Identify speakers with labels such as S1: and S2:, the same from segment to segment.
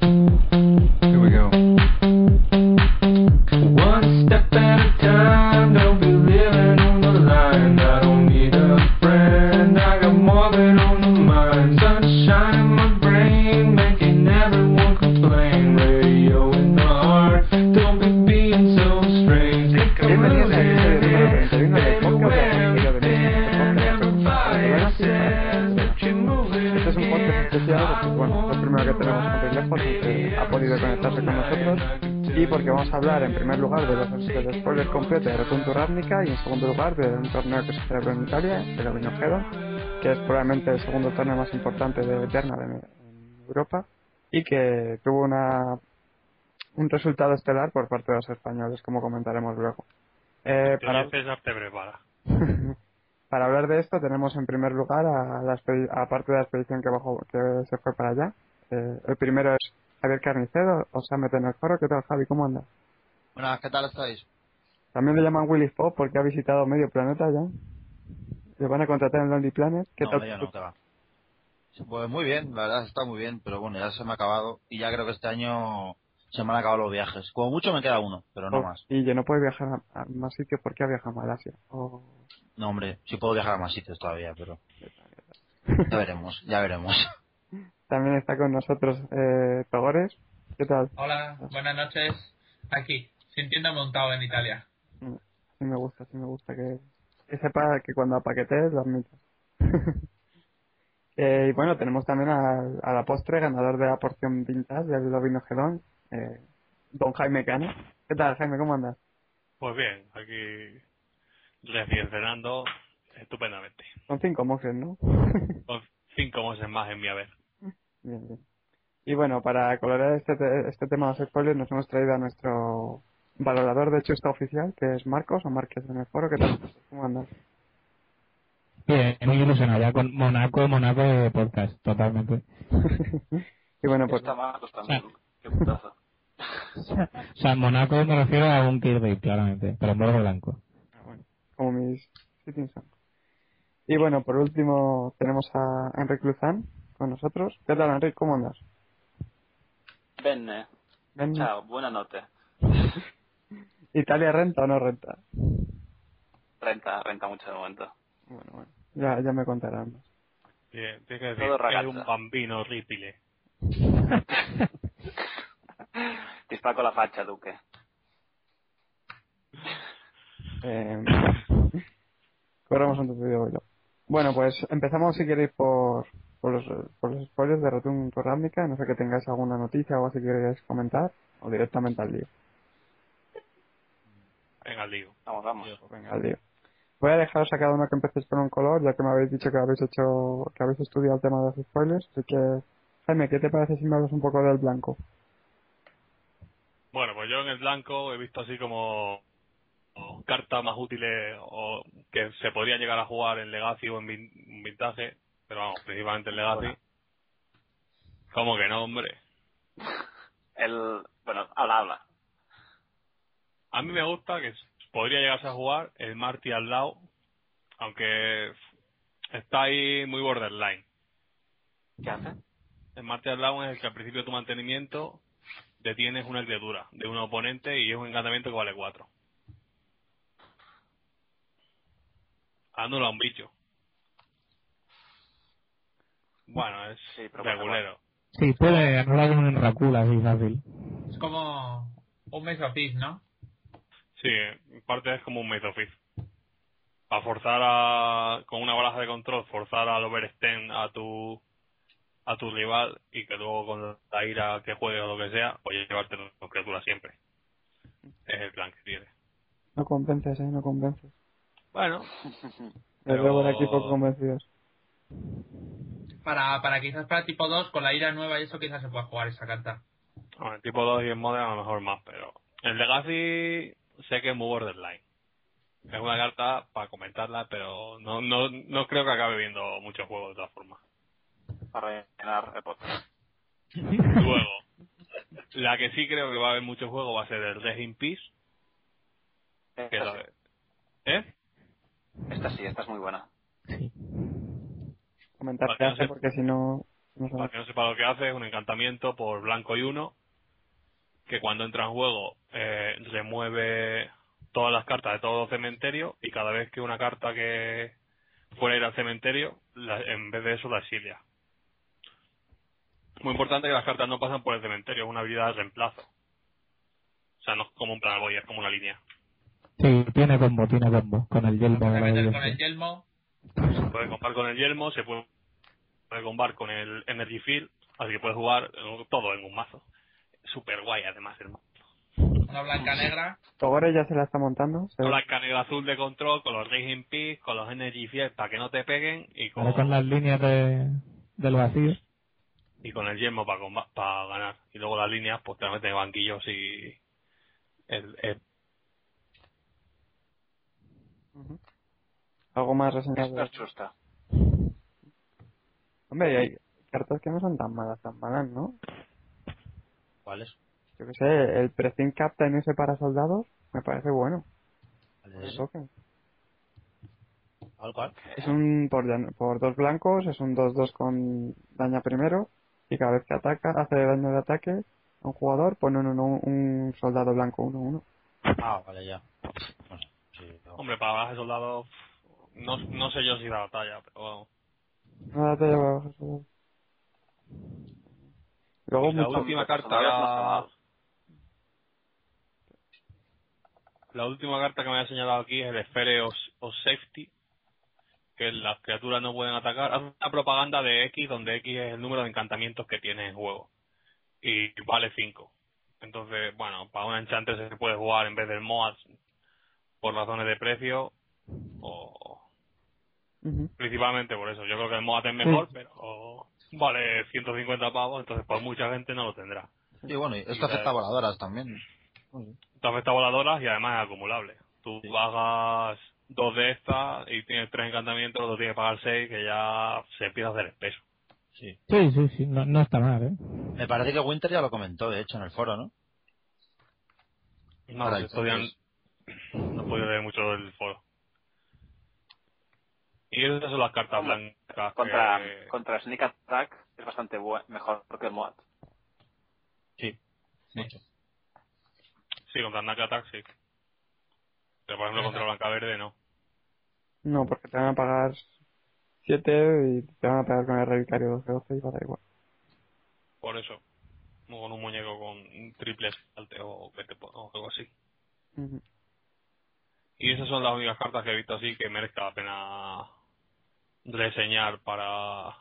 S1: Here we go. One step at a time, don't be living on the line. I don't need a friend, I got more than on the mind. Sunshine in my brain, making everyone complain. Radio in the heart, don't be being so strange. Take a
S2: Bienvenidos a este episodio
S1: listen,
S2: 31 del podcast de la Liga de
S1: and everybody
S2: México,
S1: says that you're moving.
S2: Este es un podcast especial porque, bueno, es lo primero que tenemos con Relejos, que ha podido conectarse con nosotros. Y porque vamos a hablar, en primer lugar, de los, del spoiler completo de Rotunto Ravnica y, en segundo lugar, de un torneo que se celebra en Italia, el Ovinogedon, que es probablemente el segundo torneo más importante de Eterna de- en Europa y que tuvo una, un resultado estelar por parte de los españoles, como comentaremos luego. Eh, para- Para hablar de esto tenemos en primer lugar a, la, expe- a parte de la expedición que, bajó, que se fue para allá. Eh, el primero es Javier Carnicedo, o sea, mete en el foro. ¿Qué tal, Javi? ¿Cómo andas?
S3: Buenas, ¿qué tal estáis?
S2: También le llaman Willy Fogg porque ha visitado medio planeta ya. Le van a contratar en Lonely Planet. ¿Qué
S3: no,
S2: tal?
S3: medio no, que va. Sí, Pues muy bien, la verdad está muy bien, pero bueno, ya se me ha acabado y ya creo que este año se me han acabado los viajes. Como mucho me queda uno, pero no
S2: Oh,
S3: más.
S2: Y yo no puedo viajar a, a más sitios porque ha viajado a Malasia. Oh,
S3: No, hombre, sí puedo viajar a más sitios todavía, pero ya veremos, ya veremos.
S2: También está con nosotros eh, Togores. ¿Qué tal?
S4: Hola, buenas noches. Aquí, sintiendo montado en Italia.
S2: Sí me gusta, sí me gusta que, que sepa que cuando apaquetes lo admitas. Eh, y bueno, tenemos también al- a, la postre, ganador de la porción vintage del Ovinogedón, eh, don Jaime Cano. ¿Qué tal, Jaime? ¿Cómo andas?
S5: Pues bien, aquí reciencenando estupendamente.
S2: Son cinco mofes, ¿no?
S5: Con cinco meses más en mi haber.
S2: Bien, bien. Y bueno, para colorear este, te- este tema de los spoilers, nos hemos traído a nuestro valorador de chusta oficial, que es Marcos o Márquez en el foro. ¿Qué tal? ¿Cómo andas?
S6: Bien, muy ilusionado ya con Monaco, Monaco de podcast, totalmente.
S2: Y bueno, pues
S6: también. O sea, Monaco me refiero a un Kirby, claramente, pero en verde blanco.
S2: como mis Sitting Sun. Y bueno, por último tenemos a Enric Luzán con nosotros. ¿Qué tal, Enric? ¿Cómo andas?
S7: Bene,
S5: Mm.
S2: Ven,
S7: ciao, buonanotte.
S2: ¿Italia renta o no renta?
S7: Renta, renta mucho de momento.
S2: Bueno, bueno, ya, ya me contarán. más.
S5: Tiene tiene que decir,
S7: Todo
S5: es
S7: ragazza.
S5: un bambino horripile.
S7: Ti spacco la faccia, Duque.
S2: Eh, corremos un tupido velo. Bueno, pues empezamos si queréis por, por, los, por los spoilers de Rotum Corrámica. No sé que tengáis alguna noticia o algo si queréis comentar o directamente al lío.
S5: Venga, al lío.
S7: Vamos, vamos.
S2: Venga, al lío. Voy a dejaros a cada uno que empecéis con un color, ya que me habéis dicho que habéis hecho, que habéis estudiado el tema de los spoilers. Así que, Jaime, ¿qué te parece si me hablas un poco del blanco?
S5: Bueno, pues yo en el blanco he visto así como o cartas más útiles o que se podrían llegar a jugar en Legacy o en vin- Vintage, pero vamos, principalmente en Legacy. ¿Cómo que no, hombre?
S7: El, bueno, habla, habla.
S5: A mí me gusta que s- podría llegarse a jugar el Marty al lado, aunque f- está ahí muy borderline.
S7: ¿Qué hace?
S5: El Martial Law es el que al principio de tu mantenimiento detienes una criatura de un oponente y es un encantamiento que vale 4. Anula a un bicho. Bueno, es
S7: Sí, pero bueno,
S5: regulero.
S6: Sí, puede anular un Enracula, así fácil.
S4: Es como un mesofis, ¿no?
S5: Sí, en parte es como un Mezofis. para forzar a, con una baraja de control, forzar al overextend a tu a tu rival y que luego con la ira que juegue o lo que sea, pues llevarte la criatura siempre. Es el plan que tiene.
S2: No convences, eh, no convences.
S5: Bueno,
S2: Les
S5: Pero-
S2: veo por aquí poco convencidos.
S4: Para, para quizás para tipo 2, con la ira nueva y eso, quizás se pueda jugar esa carta.
S5: a ver, tipo 2 y en Modern a lo mejor más, pero el Legacy sé que es muy borderline. Es una carta para comentarla, pero no, no, no creo que acabe viendo mucho juego de todas formas.
S7: Para rellenar el podcast.
S5: Luego, la que sí creo que va a haber mucho juego va a ser el Rest in Peace. que
S7: Esta,
S5: lo-
S7: sí,
S5: ¿Eh?
S7: esta sí, esta es muy buena.
S2: Comentar qué
S5: Para que no
S2: hace
S5: se-
S2: porque si no... no
S5: Para
S2: sabemos.
S5: que no sepa lo que hace, es un encantamiento por blanco y uno. Que cuando entra en juego, eh, remueve todas las cartas de todos los cementerios. Y cada vez que una carta que fuera a ir al cementerio, la- en vez de eso la exilia. Muy importante que las cartas no pasan por el cementerio, es una habilidad de reemplazo. O sea, no es como un plan es como una línea.
S6: Sí, tiene combo, tiene combo. Con el yelmo.
S4: Para
S6: de la
S4: meter con el
S6: evidencia.
S4: yelmo,
S5: Se puede comprar con el Yelmo, se puede, puede comprar con el Energy Field, así que puedes jugar eh, todo en un mazo. Super guay, además, el mazo.
S4: una blanca negra.
S2: Togore ya se la está montando. se-
S5: Con la canela azul de control, con los Raging Peaks, con los Energy Field para que no te peguen y con,
S6: Pero con las líneas de, del vacío.
S5: y con el Yelmo para para ganar. Y luego las líneas, pues te las meten en banquillos y. El, el-
S2: Algo más reseñable.
S7: Esta es chusta.
S2: Hombre, y hay cartas que no son tan malas, tan malas, ¿no?
S3: ¿Cuál es?
S2: Yo qué sé, el Precinct Captain ese para soldados me parece bueno.
S3: ¿Cuál
S2: que
S3: es? ese?
S2: toque.
S3: ¿Cuál, cuál?
S2: Es un por, llan- por dos blancos, es un 2-2 con daña primero y cada vez que ataca, hace daño de ataque a un jugador, pues pone un, uno- un soldado blanco 1-1.
S3: Ah, vale, ya. Bueno, sí, no.
S5: hombre, para barajas de soldados, no, no sé yo si da la talla, pero vamos.
S2: No la talla para bajar soldado. Luego
S5: Y la
S2: mucho-
S5: última
S7: Los
S5: carta
S7: soldados no están mal.
S5: La última carta que me había señalado aquí es el Sphere of, of Safety, que las criaturas no pueden atacar. Hace una propaganda de X, donde X es el número de encantamientos que tienes en juego. Y vale 5. Entonces, bueno, para un Enchantress se puede jugar en vez del Moas por razones de precio, o
S2: Ujú.
S5: principalmente por eso. Yo creo que el Moas es
S2: Sí.
S5: mejor, pero vale 150 pavos, entonces pues mucha gente no lo tendrá.
S3: Y bueno, y
S5: Y la-
S3: esto afecta a voladoras también.
S5: Esta está voladoras y además es acumulable. Tú pagas dos de estas y tienes tres encantamientos, lo tienes que pagar seis, que ya se empieza a hacer espeso.
S3: Sí.
S6: Sí, sí, sí. No, no está mal, ¿eh?
S3: Me parece que Winter ya lo comentó, de hecho, en el foro, ¿no?
S5: No,
S3: Caray,
S5: esto ya
S3: entonces-
S5: no he podido leer mucho del foro. Y esas son las cartas
S7: Hombre,
S5: blancas.
S7: Contra,
S5: que-
S7: contra Sneak Attack es bastante buen, mejor que el Moat.
S3: Sí. Mucho.
S5: Sí, contra Naka Taxi. Pero por ejemplo, contra Blanca Verde no.
S2: No, porque te van a pagar 7 y te van a pagar con el Revicario 12-12 y va a dar igual.
S5: Por eso. No Con un muñeco con triple salte o que te pon- o algo así.
S2: Ujú.
S5: Y esas son las únicas cartas que he visto así que merezca la pena reseñar para...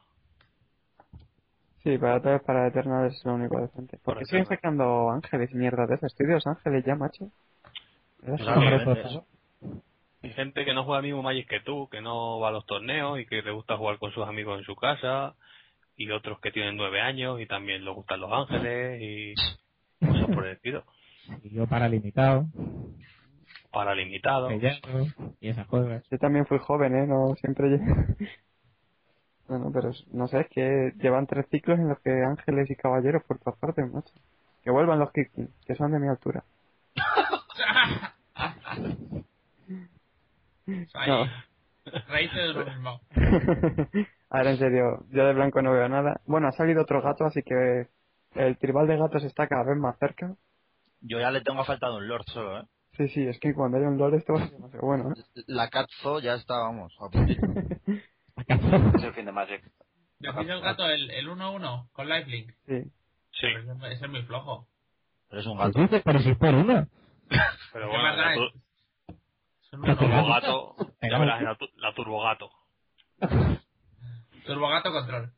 S2: Sí, para tal vez para Eternal es lo único decente. ¿Por
S5: Para
S2: qué siguen
S5: Eternal.
S2: sacando ángeles y mierda de esas? Estudios ángeles ya, macho.
S3: Pues
S2: Gracias.
S3: ahora que
S6: hombre,
S3: vende
S6: pues,
S3: eso.
S5: Hay gente que no juega el mismo Magic que tú, que no va a los torneos y que le gusta jugar con sus amigos en su casa. Y otros que tienen nueve años y también les gustan los ángeles y... cosas por el estilo.
S6: Y yo para limitado,
S5: Para limitado.
S6: leyendo y esas cosas.
S2: Yo también fui joven, ¿eh? No siempre... lle- no, no, pero es- no sé, es que llevan tres ciclos en los que ángeles y caballeros por todas partes, macho. Que vuelvan los Kiki, que son de mi altura.
S4: Ahí,
S2: No.
S4: reírse de lo mismo.
S2: Ahora, en serio, yo de blanco no veo nada. Bueno, ha salido otro gato, así que el tribal de gatos está cada vez más cerca.
S3: Yo ya le tengo faltado un Lord solo, ¿eh?
S2: Sí, sí, es que cuando hay un lore esto va a ser demasiado bueno, ¿eh?
S3: La Catzo ya está, vamos, a puntito.
S7: Es el fin de Magic.
S4: Decís el gato, el el 1-1 con Lifelink.
S2: Sí.
S5: Sí,
S4: Pero Ese ese es muy flojo.
S3: Pero es un
S6: ¿Qué
S3: gato.
S6: dices? Pero si es por uno.
S5: pero
S4: ¿Qué
S5: bueno,
S4: más
S5: ya
S4: da?
S5: tú- La Turbogato, ya
S6: Venga,
S5: verás, la, tu- la Turbogato.
S4: Turbogato control.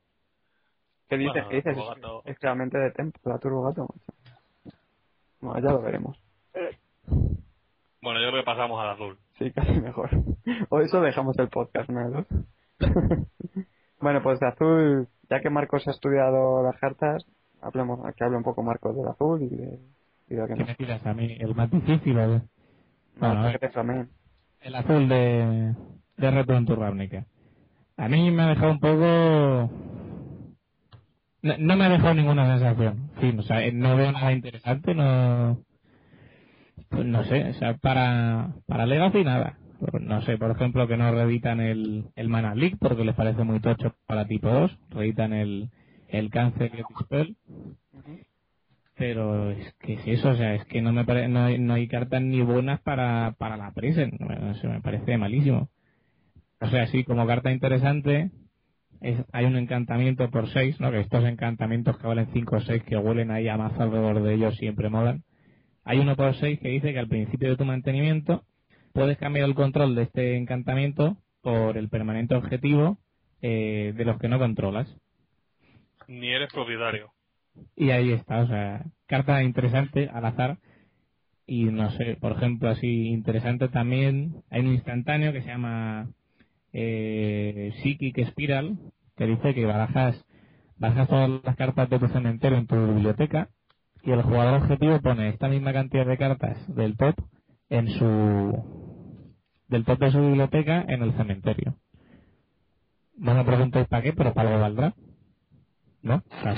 S2: ¿Qué dices?
S5: Bueno,
S2: ¿Qué dices?
S5: Turbogato.
S2: Es claramente de tempo, la Turbogato, macho. Bueno, ya lo veremos.
S5: Bueno, yo creo que pasamos al azul.
S2: Sí, casi mejor. O eso dejamos el podcast, ¿no? Edu? bueno, pues de azul, ya que Marcos ha estudiado las cartas, hablemos, que hable un poco Marcos del azul y de, y de lo que
S6: ¿Qué
S2: no.
S6: me tiras a mí? ¿El más difícil o qué?
S2: No,
S6: Bueno, a
S2: tú
S6: ver.
S2: que te flameen.
S6: El azul de, de Return to Ravnica. A mí me ha dejado un poco... No, no me ha dejado ninguna sensación. En fin, o sea, eh, no veo nada interesante, no... pues no sé, o sea, para, para Legacy nada. No sé, por ejemplo, que no reeditan el, el Mana League porque les parece muy tocho para tipo 2. Reeditan el, el Cáncer y el Dispel. Pero es que es eso, o sea, es que no me pare- no, hay, no hay cartas ni buenas para, para la presen, no sé, me parece malísimo. O sea, sí, como carta interesante, es, hay un encantamiento por 6, ¿no? Que estos encantamientos que valen 5 o 6 que huelen ahí a mazo alrededor de ellos siempre molan. Hay uno por 6 que dice que al principio de tu mantenimiento puedes cambiar el control de este encantamiento por el permanente objetivo eh, de los que no controlas.
S5: Ni eres propietario.
S6: Y ahí está, o sea, carta interesante al azar. Y no sé, por ejemplo, así interesante también. Hay un instantáneo que se llama eh, Psychic Spiral, que dice que barajas, barajas todas las cartas de tu cementerio en tu biblioteca. Y el jugador objetivo pone esta misma cantidad de cartas del top en su. del top de su biblioteca en el cementerio. No me preguntéis para qué, pero para algo valdrá. ¿No? O sea,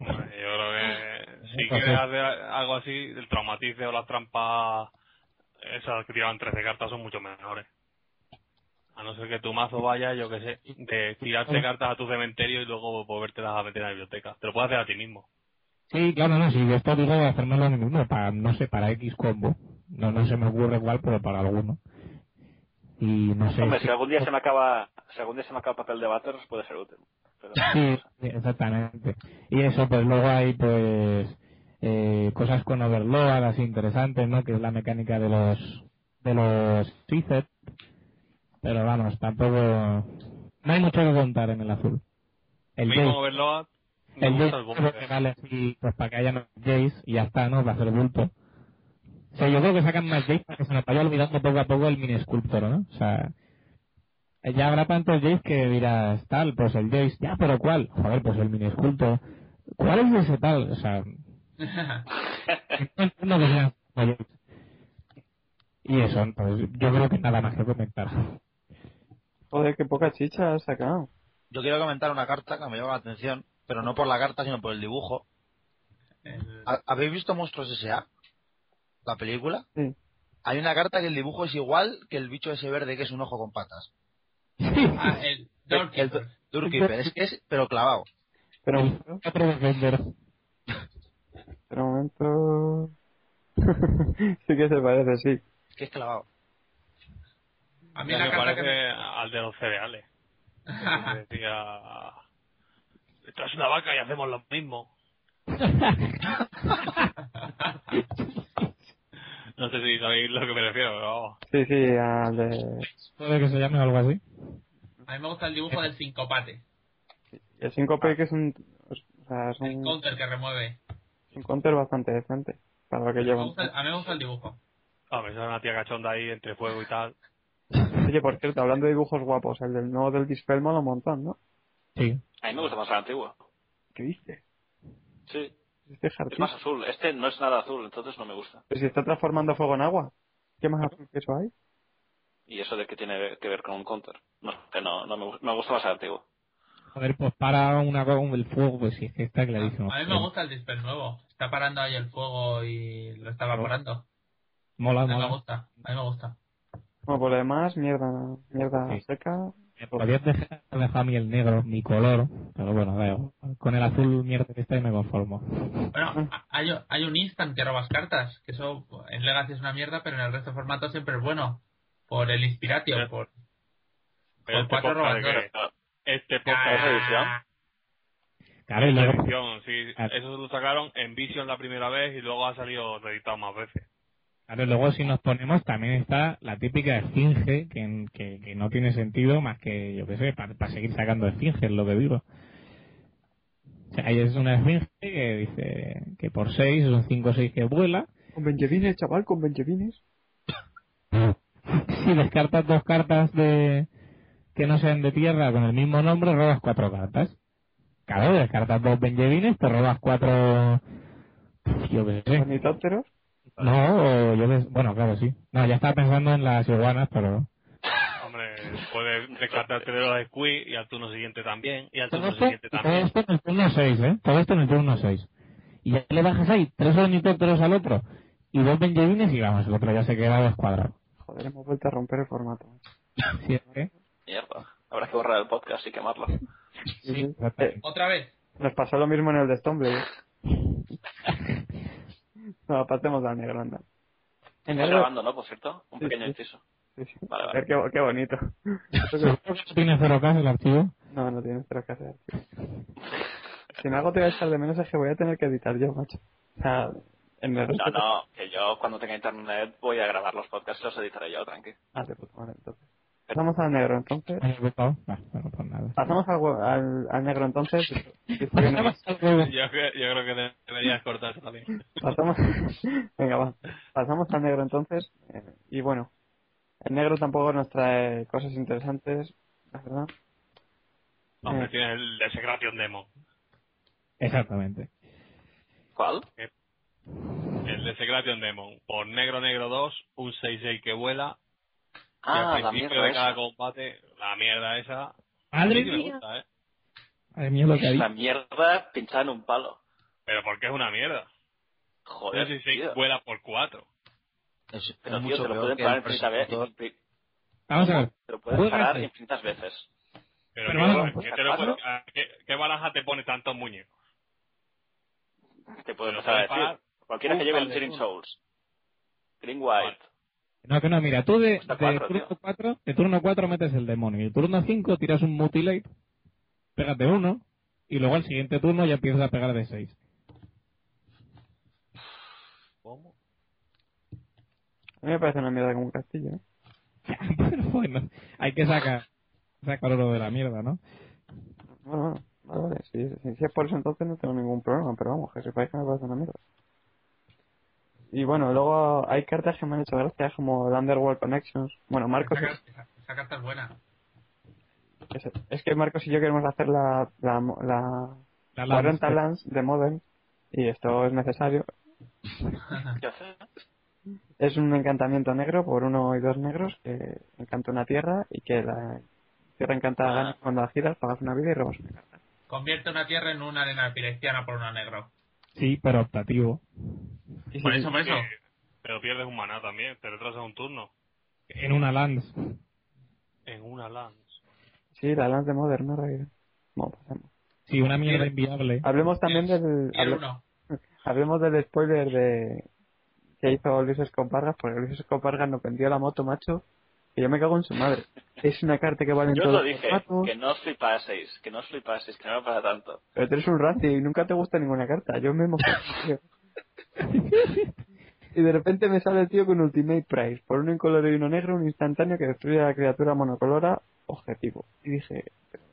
S5: Bueno, yo creo que si
S6: Entonces-
S5: quieres hacer algo así, el traumatice o las trampas esas que tiraban 13 cartas son mucho menores. A no ser que tu mazo vaya, yo que sé, de tirarte cartas a tu cementerio y luego volvértelas a meter a la biblioteca. Te lo puedes hacer a ti mismo.
S6: Sí, claro, no, sí, yo esto digo de hacérmelo a mí mismo, para, no sé, para X combo. No, no se me ocurre cuál, pero para alguno. Y no sé.
S7: Hombre,
S6: sí,
S7: si algún día se me acaba, si algún día se me acaba el papel de Batters, puede ser útil. Pero-
S6: sí, sí, exactamente. Y eso, pues luego hay, pues, eh, cosas con Overload, así interesantes, ¿no? Que es la mecánica de los, de los Sith. Pero vamos, tampoco. No hay mucho que contar en el azul.
S5: El
S6: El
S5: mismo
S6: Jace,
S5: Overlord, me
S6: el Jace
S5: gusta el
S6: creo que
S5: Bunker.
S6: vale así, pues para que haya Jace y ya está, ¿no? Para hacer bulto. O sea, yo creo que sacan más Jace para que se nos vaya olvidando poco a poco el mini escultor, ¿no? O sea, eh, ya habrá tantos Jace que dirás, tal, pues el Jace, ya, pero ¿cuál? Joder, pues el mini escultor. ¿Cuál es ese tal? O sea, no entiendo que sean tantos Jace. Y eso, entonces, yo creo que nada más que comentar.
S2: Joder, qué poca chicha has sacado.
S3: Yo quiero comentar una carta que me llama la atención, pero no por la carta, sino por el dibujo.
S4: El-
S3: ¿Ha- ¿Habéis visto Monstruos S.A.? La película.
S2: Sí.
S3: Hay una carta que el dibujo es igual que el bicho ese verde que es un ojo con patas.
S4: ah, el
S3: El
S4: Doorkeeper.
S3: Dur- Doorkeeper, es que es, pero clavado.
S2: Pero,
S6: Otro defender.
S2: pero un momento. sí que se parece, sí.
S3: Es que es clavado.
S4: A mí
S5: Me
S4: la carta
S5: parece
S4: que me...
S5: al de los cereales. que decía, esto es una vaca y hacemos lo mismo. no sé si sabéis lo que me refiero, pero vamos.
S2: Sí, sí, al de.
S6: Puede que se llame o algo así.
S4: A mí me gusta el dibujo del sincopate.
S2: El 5P que es un. O sea, es
S4: El
S2: un,
S4: counter que remueve.
S2: es un counter bastante decente. Para lo que
S4: Me
S2: llevan.
S4: gusta el- a mí me gusta el dibujo.
S5: A ver, esa es una tía cachonda ahí entre fuego y tal.
S2: Oye, por cierto, hablando de dibujos guapos, el del nuevo del Dispel mola un montón, ¿no?
S6: Sí.
S7: A mí me gusta más el antiguo.
S2: ¿Qué viste?
S7: Sí,
S2: Este es
S7: es
S2: jardín.
S7: más azul. Este no es nada azul, entonces no me gusta.
S2: Pero si está transformando fuego en agua. ¿Qué más azul que eso hay?
S7: Y eso de que tiene que ver con un counter. No, que no, no me, gusta, me gusta más el antiguo.
S6: Joder, pues para una con el fuego, pues sí, es que está clarísimo.
S4: A mí me gusta el dispel nuevo. Está parando ahí el fuego y lo está evaporando. A
S6: Mola,
S4: mí me
S6: mola.
S4: gusta. A mí me gusta.
S2: Bueno, por lo demás, mierda, mierda
S6: Sí.
S2: seca.
S6: Me podías dejar, dejar a mí el negro, mi color, pero bueno, da igual. con el azul mierda que está y me conformo.
S4: Bueno, a- hay, o- hay un instant que robas cartas. Que eso en Legacy es una mierda, pero en el resto de formatos siempre es bueno. Por el Inspiratio.
S5: Pero-
S4: Por...
S5: Pero
S4: Con
S5: este
S4: cuatro Ah,
S5: podcast de que- Este podcast de
S7: edición?
S6: Claro, y luego, Ah.
S5: edición, sí. Eso lo sacaron en Vision la primera vez y luego ha salido reeditado más veces.
S6: Claro, luego si nos ponemos también está la típica esfinge que, que, que no tiene sentido más que, yo qué sé, para seguir sacando esfinges, lo que digo. O sea, ahí es una esfinge que dice que por 6 es un 5-6 que vuela.
S2: Con Benjevines, chaval, con Benjevines.
S6: Si descartas dos cartas de que no sean de tierra con el mismo nombre, robas cuatro cartas. Claro, descartas dos Benjevines, te robas cuatro... Yo qué sé.
S2: Ornitópteros.
S6: No, o yo les- bueno, claro, sí. No, ya estaba pensando en las iguanas, pero...
S5: Hombre, puedes descartarte de los squeeze y al turno siguiente también, y al
S6: Todo
S5: turno
S6: esto,
S5: siguiente
S6: y todo
S5: también.
S6: esto en el turno 6, ¿eh? Todo esto en el turno 6. Y ya le bajas ahí tres ornitópteros al otro y dos benjamines y vamos, el otro ya se queda descuadrado.
S2: Joder, hemos vuelto a romper el formato.
S6: Sí, ¿eh? es que-
S7: Mierda. Habrá que borrar el podcast y quemarlo.
S6: sí,
S2: Eh,
S4: Otra vez.
S2: nos pasó lo mismo en el de Stomble. no, pasemos al negro, anda. El
S7: Estás
S2: negro,
S7: grabando, ¿no? Por cierto. Un
S2: Sí,
S7: pequeño
S2: sí.
S7: inciso.
S2: sí, sí.
S7: Vale,
S2: A
S7: vale.
S2: ver, qué, qué bonito.
S6: ¿Seguro que tiene 0K el archivo?
S2: No, no tienes pero que hacer. Si me hago te voy a echar de menos es que voy a tener que editar yo, macho. O sea, en el
S7: No,
S2: resto-
S7: no, que yo cuando tenga internet voy a grabar los podcasts y los editaré yo, tranqui.
S2: Ah, de puta madre, entonces. Pasamos al negro, entonces.
S6: ¿Me has gustado? No, no, pues nada.
S2: Pasamos al, hue- al, al negro, entonces. Dice que no.
S6: Pasamos al huevo.
S5: Yo, que- yo creo que de- deberías cortar eso también.
S2: Pasamos, venga, va. Pasamos al negro entonces. eh, y bueno, el negro tampoco nos trae cosas interesantes, la verdad.
S5: Hombre,
S2: Eh.
S5: tienes el Desecration Demo.
S6: Exactamente.
S7: ¿Cuál?
S5: El Desecration Demo. Por negro negro 2, un 6-6 que vuela.
S7: Ah,
S5: y al
S7: la
S5: principio
S7: mierda
S5: de cada
S7: esa.
S5: combate, la mierda esa.
S6: Madre
S5: sí que me
S6: mía.
S5: gusta, ¿eh?
S6: Madre mía lo que
S7: Es la
S6: hay.
S7: mierda pinchada en un palo.
S5: Pero porque es una mierda. Un
S7: Joder,
S5: 6-6
S7: tío.
S5: vuela por 4.
S3: Es, es
S7: Pero tío,
S3: mucho
S7: te lo
S3: peor
S7: pueden
S3: que
S7: parar
S3: el
S7: infinitas
S3: persecutor.
S7: veces.
S6: Vamos a ver.
S7: Te lo pueden
S6: Juega
S7: parar
S6: así.
S7: infinitas veces.
S5: Pero,
S6: Pero
S5: que-
S6: vamos,
S5: que te lo puede- a- ¿qué, qué baraja te pone tantos muñecos?
S7: Te puedo
S5: Te lo
S7: empezar a
S5: pueden parar.
S7: decir. Cualquiera que lleve el
S5: Vale,
S7: Green
S5: tú.
S7: Souls. Green White.
S6: No, que no, mira, tú de,
S7: Cuesta
S6: de
S7: cuatro,
S6: turno
S7: tío.
S6: 4 de turno 4 metes el demonio, y de turno 5 tiras un mutilate, pégate uno, y luego al siguiente turno ya empiezas a pegar de 6.
S5: ¿Cómo?
S2: A mí me parece una mierda como un castillo. ¿eh?
S6: Pero bueno, hay que sacar, sacar oro de la mierda, ¿no?
S2: Bueno, bueno, vale, vale. Si, si- si es por eso entonces no tengo ningún problema, pero vamos, que sepáis que me parece una mierda. Y bueno, luego hay cartas que me han hecho gracia, como el Underworld Connections. Bueno, Marcos,
S4: Esa, car- esa carta es buena.
S2: es, es que Marcos y yo queremos hacer la, la, la
S6: La
S2: 40
S6: lanza.
S2: Lance de Modern, y esto es necesario.
S7: ¿Qué hace?
S2: Es un encantamiento negro por uno y dos negros que encanta una tierra y que la tierra
S7: Ah.
S2: encantada gana cuando la giras, pagas una vida y robas una carta.
S4: Convierte una tierra en una arena pirexiana por una negro.
S6: Sí, pero optativo.
S2: Y
S4: Por
S2: si-
S4: eso, por eso.
S5: Que- pero pierdes un maná también. Te retrasas un turno.
S6: En una lands.
S5: En una lance.
S2: Sí, la Lance de Modern, ¿no? Raquel? Bueno, pasemos.
S6: Sí, una mierda inviable.
S2: Hablemos también del,
S4: Y el
S2: hable-
S4: uno.
S2: hablemos del spoiler de que hizo Luis Escopargas, porque Luis Escopargas nos vendió la moto, macho, que yo me cago en su madre. Es una carta que vale en
S7: Yo os lo
S2: todos
S7: dije,
S2: los formatos,
S7: que no os flipaseis, que no os flipaseis, que no me pasa tanto.
S2: pero tú eres un rancio y nunca te gusta ninguna carta. Yo mismo... tío. y de repente me sale el tío con Ultimate Price, por uno incoloro y uno negro, un instantáneo que destruye a la criatura monocolora objetivo. Y dije, pero-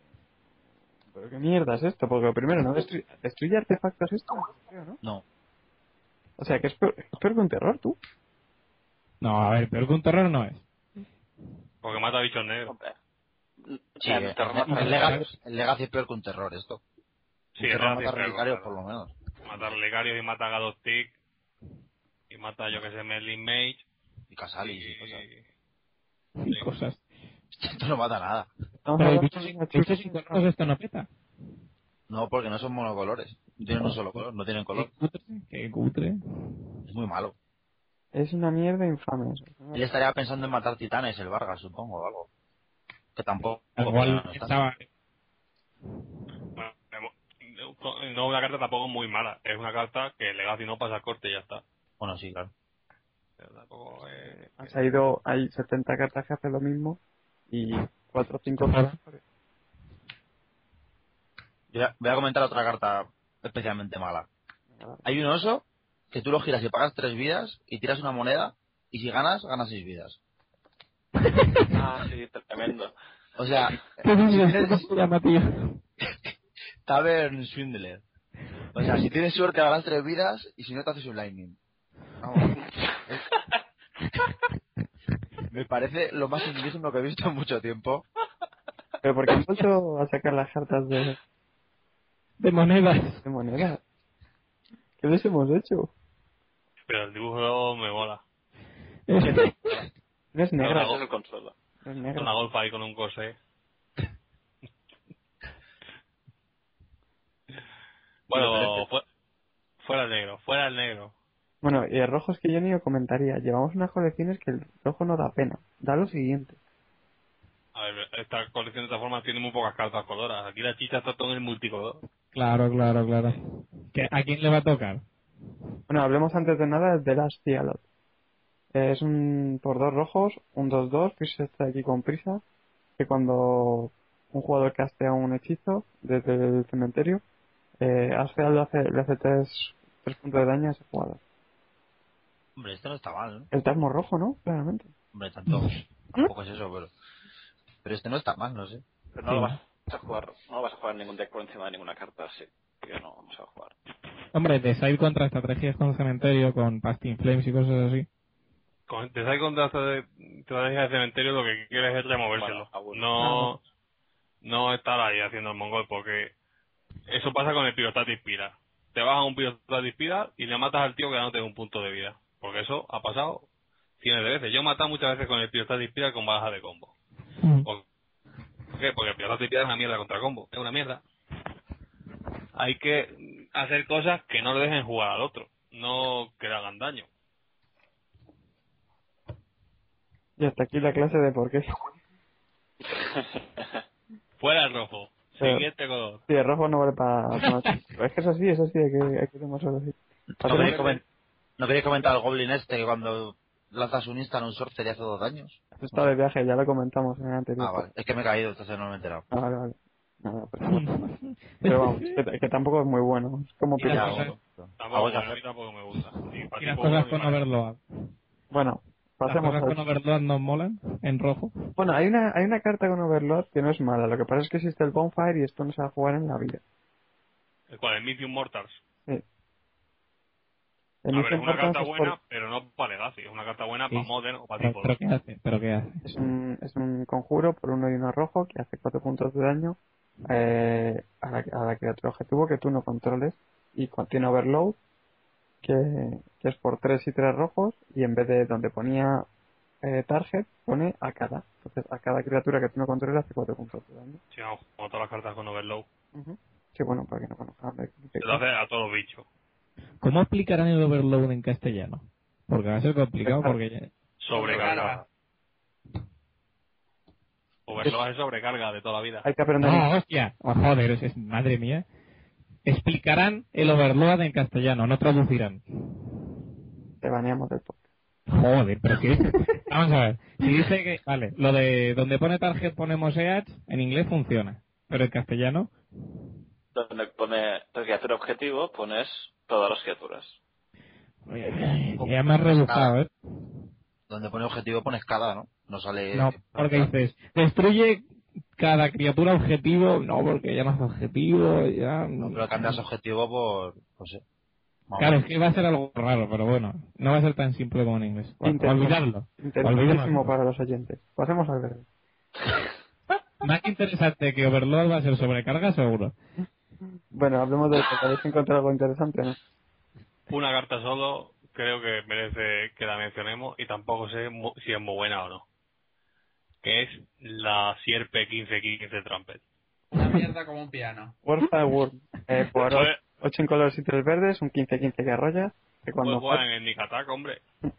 S2: ¿pero qué mierda es esto? Porque primero, ¿no destruye, destruye artefactos esto? Creo, ¿no?
S3: No.
S2: O sea, que es peor, es peor que un terror, tú.
S6: No, a ver, pero que un terror no es.
S5: Porque mata bichos negros.
S7: Hombre.
S3: Sí, eh,
S7: Ya, no
S3: el,
S7: te rompas
S3: el
S7: la cara.
S3: Legacy, el Legacy es peor que un terror esto.
S5: Sí,
S3: un
S5: es
S3: terror
S5: gratis,
S3: mata
S5: pero-
S3: relicarios por lo menos.
S7: pues.
S5: Mata relicarios y mata Gadostic. Y mata, yo que sé, Merlin Mage.
S3: Y Casalis y, cosas.
S5: y-
S6: Y cosas.
S3: Esto no mata nada.
S2: Estamos
S6: Pero
S2: hablando
S6: bichos
S2: de una
S6: bichos
S2: chus-
S6: incolores esto no peta.
S3: No, porque no son monocolores. No tienen un solo color, no tienen color.
S6: Qué cutre. Qué cutre.
S3: Es muy malo.
S2: Es una mierda infame. eso.
S3: Él estaría pensando en matar titanes, el Vargas, supongo, o algo. Que tampoco.
S6: Ah, Igual
S3: no, no está-
S6: estaba...
S5: bueno, No es una carta tampoco muy mala. Es una carta que Legacy no pasa corte y ya está.
S3: Bueno, sí, claro.
S5: Pero tampoco, eh,
S2: Ha salido, hay 70 cartas que hacen lo mismo y 4 o 5
S3: Yo ya- voy a comentar otra carta especialmente mala. Hay un oso que tú lo giras y pagas tres vidas y tiras una moneda Y si ganas, ganas seis vidas.
S7: Ah, sí, tremendo.
S3: O sea,
S6: ¿Qué
S3: si
S6: dices?
S3: tienes
S6: ¿Cómo se llama, tío?
S3: Tavern Swindler. O sea, si tienes suerte ganas tres vidas y si no te haces un lightning. Vamos. Es- Me parece lo más indigno que he visto en mucho tiempo.
S2: Pero porque han vuelto a sacar las cartas de,
S6: De monedas.
S2: de moneda. ¿Qué les hemos hecho?
S5: Pero el dibujo me mola.
S2: Eres
S5: No,
S2: negra.
S5: no.
S7: Eso es el consuelo.
S2: Eres
S5: Una
S2: negra.
S5: golfa ahí con un corsé. bueno, fu- fuera el negro, fuera el negro.
S2: Bueno, y el rojo es que yo ni lo comentaría. Llevamos unas colecciones que el rojo no da pena. Da lo siguiente.
S5: A ver, esta colección de esta forma tiene muy pocas cartas coloradas. Aquí la chicha está todo en el multicolor.
S6: Claro, claro, claro. ¿Qué- ¿A quién le va a tocar?
S2: Bueno, hablemos antes de nada de Last Dialog. Eh, Es un por dos rojos, un 2-2, que se está aquí con prisa, que cuando un jugador castea un hechizo desde el cementerio, eh, hace, le hace, le hace tres, tres puntos de daño a ese jugador.
S3: Hombre, esto no está mal, ¿no?
S2: El termo rojo, ¿no? Claramente.
S3: Hombre, tanto. Tampoco es eso, pero. Pero este no está mal, no sé.
S7: Pero no lo vas a jugar, no lo vas a jugar en ningún deck por encima de ninguna carta, así que no vamos a jugar.
S6: Hombre, de side contra estrategias con cementerio, con Pasting Flames y cosas así.
S5: Con- Te sale contra esta de- estrategia de cementerio lo que quieres es removérselo.
S7: Bueno, a gusto.
S5: no, no estar ahí haciendo el mongol porque eso pasa con el pirostatis pira. Te vas a un pirostatis pira y le matas al tío quedándote un punto de vida. Porque eso ha pasado cientos de veces. Yo he matado muchas veces con el pirostatis pira con baja de combo.
S6: Mm.
S5: ¿Por qué? Porque el pirostatis pira es una mierda contra combo. Es una mierda. Hay que mm, hacer cosas que no le dejen jugar al otro. No que le hagan daño.
S2: Y hasta aquí la clase de por qué.
S5: Fuera el rojo.
S2: Pero-
S5: Siguiente color.
S2: Sí, el rojo no vale para... para- es que es así, es así, hay que, hay que tomárselo así.
S3: ¿No
S2: Hacemos-
S3: queréis, comen- ¿No queréis comentar al Goblin este que cuando lanzas un insta en un sorte le hace dos daños?
S2: Está de viaje, ya lo comentamos en el anterior.
S3: Ah, vale. Es que me he caído, entonces no me he enterado.
S2: Ah, vale, vale. Nada, pues, pero vamos, que, que tampoco es muy bueno. Es como
S6: Y las
S2: picar.
S3: Ya,
S6: cosas-
S3: bueno.
S5: Tampoco,
S3: Ah, bueno.
S5: a mí tampoco me gusta. Ni para
S6: Y
S5: ti
S6: las
S5: poco,
S6: cosas
S5: ni
S6: con
S5: para mí.
S6: Overload.
S2: Bueno,
S6: Las
S2: pasemos
S6: cosas
S2: al-
S6: con Overload nos molan, en rojo.
S2: Bueno, hay una, hay una carta con Overlord que no es mala. Lo que pasa es que existe el Bonfire y esto no se va a jugar en la vida.
S5: El cual es Medium Mortars.
S2: El
S5: a ver,
S2: Mission
S5: es una
S2: Fortress
S5: carta
S2: es por-
S5: buena, pero no para Legacy. Es una carta buena
S6: Sí.
S5: para Modern o para
S6: Pero,
S5: tipo
S6: pero ¿qué hace? ¿Pero qué hace?
S2: es, un, es un conjuro por uno y uno rojo que hace cuatro puntos de daño eh, a, la, a la criatura objetivo que tú no controles. Y cu- tiene Overload que, que es por tres y tres rojos y en vez de donde ponía eh, Target pone a cada. Entonces a cada criatura que tú no controles hace cuatro puntos de daño.
S5: Sí, vamos, como todas las cartas con Overload.
S2: Eh, Sí, bueno, para que no conozcan. de- de-
S5: Se lo hace a todos los bichos.
S6: ¿Cómo aplicarán el Overload en castellano? Porque va a ser complicado, porque
S5: Sobrecarga. Overload es sobrecarga de toda la vida.
S2: Hay que aprender.
S6: No, hostia. Oh, joder, es- es- madre mía. Explicarán el overload en castellano, no traducirán.
S2: Te baneamos del podcast.
S6: Joder, pero si dice... Vamos a ver. Si dice que... Vale, lo de donde pone target ponemos EH, en inglés funciona. Pero en castellano...
S7: Donde pone la criatura objetivo, pones todas las criaturas.
S6: oye, Ya me has rebuscado, ¿eh?
S3: Donde pone objetivo pones cada, ¿no? No sale.
S6: No, porque dices... Destruye cada criatura objetivo... No, porque ya no es objetivo, ya... No,
S3: Pero cambias objetivo por. No sé. Vamos.
S6: Claro, es que va a ser algo raro, pero bueno. No va a ser tan simple como en inglés. Bueno,
S2: Intento.
S6: olvidadlo.
S2: Interesantísimo
S6: Olvidémoslo.
S2: para los oyentes. Pasemos al verde.
S6: Más que interesante que Overlord va a ser sobrecarga, seguro.
S2: Bueno, hablemos de que habéis encontrado algo interesante, ¿no?
S5: Una carta solo creo que merece que la mencionemos y tampoco sé mu- si es muy buena o no. Que es la Sierpe 1515 Trumpet.
S4: Una mierda como un piano.
S2: Warfare Worm. Eh, Poirot,
S5: Joder.
S2: 8 en colores y 3 verdes, un 15-15 que arrolla. Que cuando
S5: Puedes jugar Pues en el Nick Attack, hombre. Puedes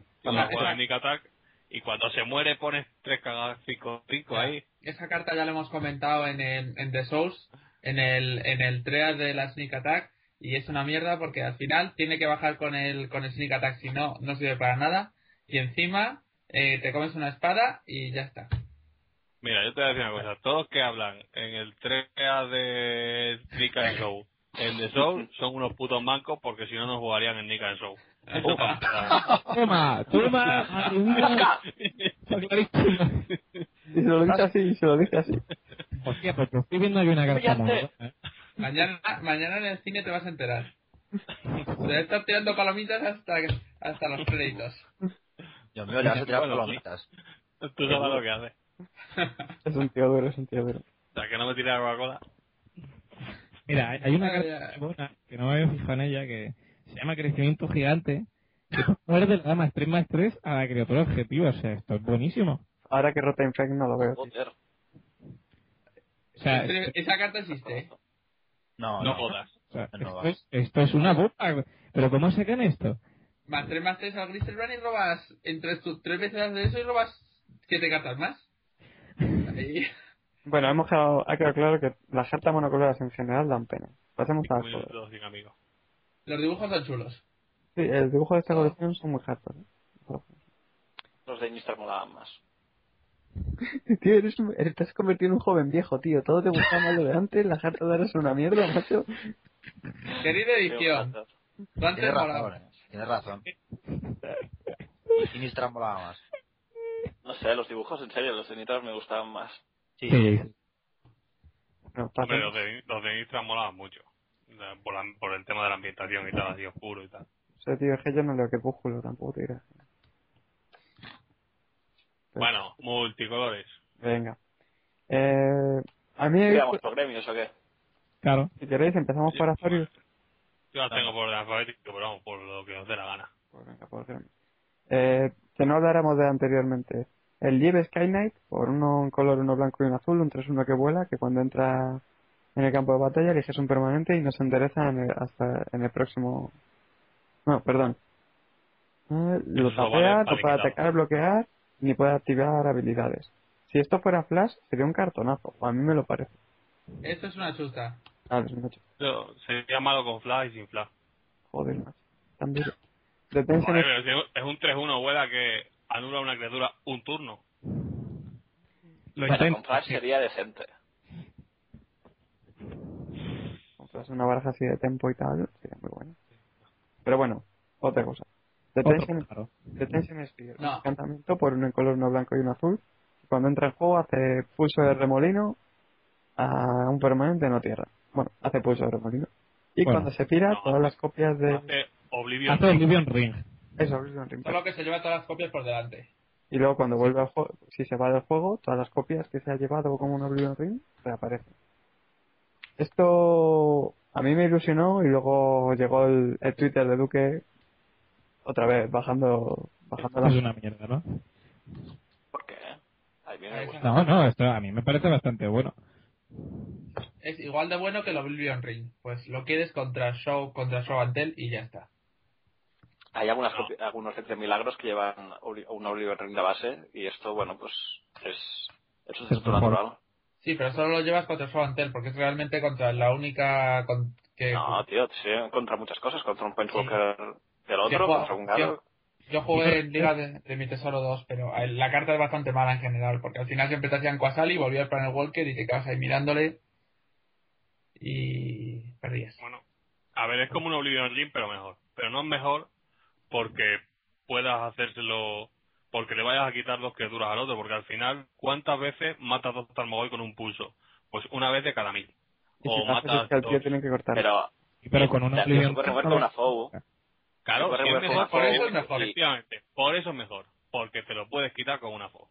S5: jugar
S4: Esa-
S5: en
S4: esa-
S5: el Nick Attack y cuando se muere pones tres cagadas 5 5 ahí.
S4: Esa carta ya la hemos comentado en, el- en The Souls, en el, en el trial de la Sneak Attack, y es una mierda porque al final tiene que bajar con el, con el Sneak Attack, si no, no sirve para nada, y encima eh, te comes una espada y ya está.
S5: Mira, yo te voy a decir una cosa. Todos los que hablan en el 3A de Nick and Show, en The Soul, son unos putos mancos porque si no, no jugarían en Nick and Show.
S6: Toma, toma, madre mía. Está clarísimo.
S2: Y se lo dice así, y se lo dice así.
S6: Hostia, pues te estoy viendo aquí una carta
S7: Brillante.
S6: moneda. ¿eh?
S4: Mañana, mañana en el cine te vas a enterar. Te estás tirando palomitas hasta, hasta los créditos.
S3: Dios mío, le vas a tirar palomitas.
S5: Tú sabes lo que haces.
S2: Es un tío duro, es un tío duro.
S5: O sea, que no me tire la Coca-Cola.
S6: Mira, hay- hay una
S4: Ah,
S6: carta
S4: ya.
S6: buena que no me había fijado en ella que se llama Crecimiento Gigante. Que muerde la más 3 más 3 a la criatura objetivo. O sea, esto es buenísimo.
S2: Ahora que Rota Infect no lo veo. tío.
S7: Joder.
S6: O sea,
S4: Ese-
S6: esto,
S4: Esa carta existe.
S3: No,
S5: No jodas.
S6: o sea,
S3: no
S6: esto
S3: va.
S6: es, esto es una bomba. Pero ¿cómo sacan esto?
S4: Más 3 más 3 al Grisel Run y robas entre tus tres veces de eso y robas 7 cartas más. Ahí.
S2: Bueno, hemos quedado, ha quedado claro que las cartas monocoloradas en general dan pena. Pasemos a
S5: Cinco
S2: las colores.
S5: minutos sin amigos.
S4: Los dibujos son chulos.
S2: Sí, el dibujo de esta colección son muy ¿eh? hardcore.
S7: Los de Innistar molaban más.
S2: ¿eh? Tío, eres, un- eres- te has convertido en un joven viejo, tío. Todo te gustaba más lo de antes, las cartas de ahora son una mierda, macho.
S4: Querida edición, tú antes
S3: Tienes razón,
S4: molabas.
S3: eh. Tienes razón. Y Sinistras molaba más.
S7: No sé, los dibujos, en serio, los de Innistar me gustaban más.
S3: Sí.
S2: Bueno,
S5: Hombre,
S2: pasemos.
S5: los de, los de Nistra molaban mucho. La- Por, la- por el tema de la ambientación y tal, así oscuro y tal.
S2: O sea, tío, es que yo no leo crepúsculo tampoco, te dirás.
S5: Bueno, multicolores.
S2: Venga. Eh, a mí,
S7: Veamos los gremios o qué.
S6: Claro.
S2: si queréis, empezamos por Azorius.
S5: Yo las tengo por el alfabético, pero vamos, por lo que os dé la gana.
S2: Pues venga, por Jeremy. Eh, que no habláramos de anteriormente. El Lieve Sky Knight, por uno en color, uno blanco y uno azul, un 3-1 que vuela, que cuando entra en el campo de batalla eliges un permanente y nos endereza en el- hasta en el próximo... No, perdón. Eh, lo
S5: Eso vale
S2: tapea,
S5: para
S2: no puede
S5: liquidar.
S2: atacar, bloquear, ni puede activar habilidades. Si esto fuera Flash, sería un cartonazo, o a mí me lo parece.
S4: Esto es una chusta.
S2: Ah, es un ocho.
S5: Yo sería malo con flash y sin flash.
S2: Joder, macho. Tan duro. Detention
S5: Joder, pero si es un 3-1 vuela que anula a una criatura un turno.
S6: Lo
S7: Bueno,
S6: intento.
S7: con Flash sería decente.
S2: compras una baraja así de tempo y tal, sería muy bueno. Pero bueno, otra cosa. Detention,
S6: Otro, claro.
S2: Detention Spear,
S4: No.
S2: un encantamiento por uno en color, uno blanco y uno azul. Cuando entra en juego hace pulso de remolino a un permanente no tierra. Bueno, hace pulso de remolino. Y
S6: Bueno.
S2: cuando se tira,
S5: No.
S2: todas las copias de...
S5: Hace Oblivion.
S6: Hace Oblivion Ah, Ring.
S2: Eso, Oblivion Ring.
S4: Solo que se lleva todas las copias por delante.
S2: Y luego cuando vuelve al juego, si se va del juego, todas las copias que se ha llevado como un Oblivion Ring reaparecen. Esto a mí me ilusionó y luego llegó el, el Twitter de Duque otra vez bajando bajando
S6: Esto es
S2: la...
S6: una mierda, ¿no?
S7: ¿Por qué? A mí me gusta.
S6: No, no, esto a mí me parece bastante bueno.
S4: Es igual de bueno que el Oblivion Ring. Pues lo quieres contra Show, contra Show Antel y ya está.
S7: Hay algunas,
S5: No.
S7: copi- algunos de milagros que llevan obli- un Oliver Ring de base y esto, bueno, pues es, es un
S6: Es
S7: gesto
S6: mejor.
S7: natural.
S4: Sí, pero solo lo llevas contra Show Antel porque es realmente contra la única con- que...
S7: No, tío, sí, contra muchas cosas, contra un Planeswalker del
S4: Sí,
S7: otro,
S4: juega-
S7: contra un Garo.
S4: Yo jugué en Liga de, de mi Tesoro 2, pero el- la carta es bastante mala en general, porque al final siempre te hacían Quasal y volvías para el Walker y te quedabas ahí mirándole y perdías.
S5: Bueno, a ver, es como un Oblivion Ring, pero mejor. Pero no es mejor porque puedas hacérselo, porque le vayas a quitar dos criaturas al otro, porque al final, ¿cuántas veces matas dos Tarmogoy con un pulso? Pues una vez de cada mil.
S2: Y si
S5: O
S2: pasa
S5: matas
S2: es que al tío
S5: Oh, dos.
S2: tienen que cortar.
S7: Pero
S6: Y Pero con un
S7: ya, tío, se
S6: Oblivion
S7: puede
S6: Ring.
S7: mover
S6: no
S7: con una
S6: lo-
S7: FOU.
S5: Claro,
S7: Pero
S5: sí es
S7: bueno,
S5: mejor,
S4: por eso
S5: porque-
S4: es mejor.
S5: Efectivamente, por eso es mejor, porque te lo puedes quitar con una FO.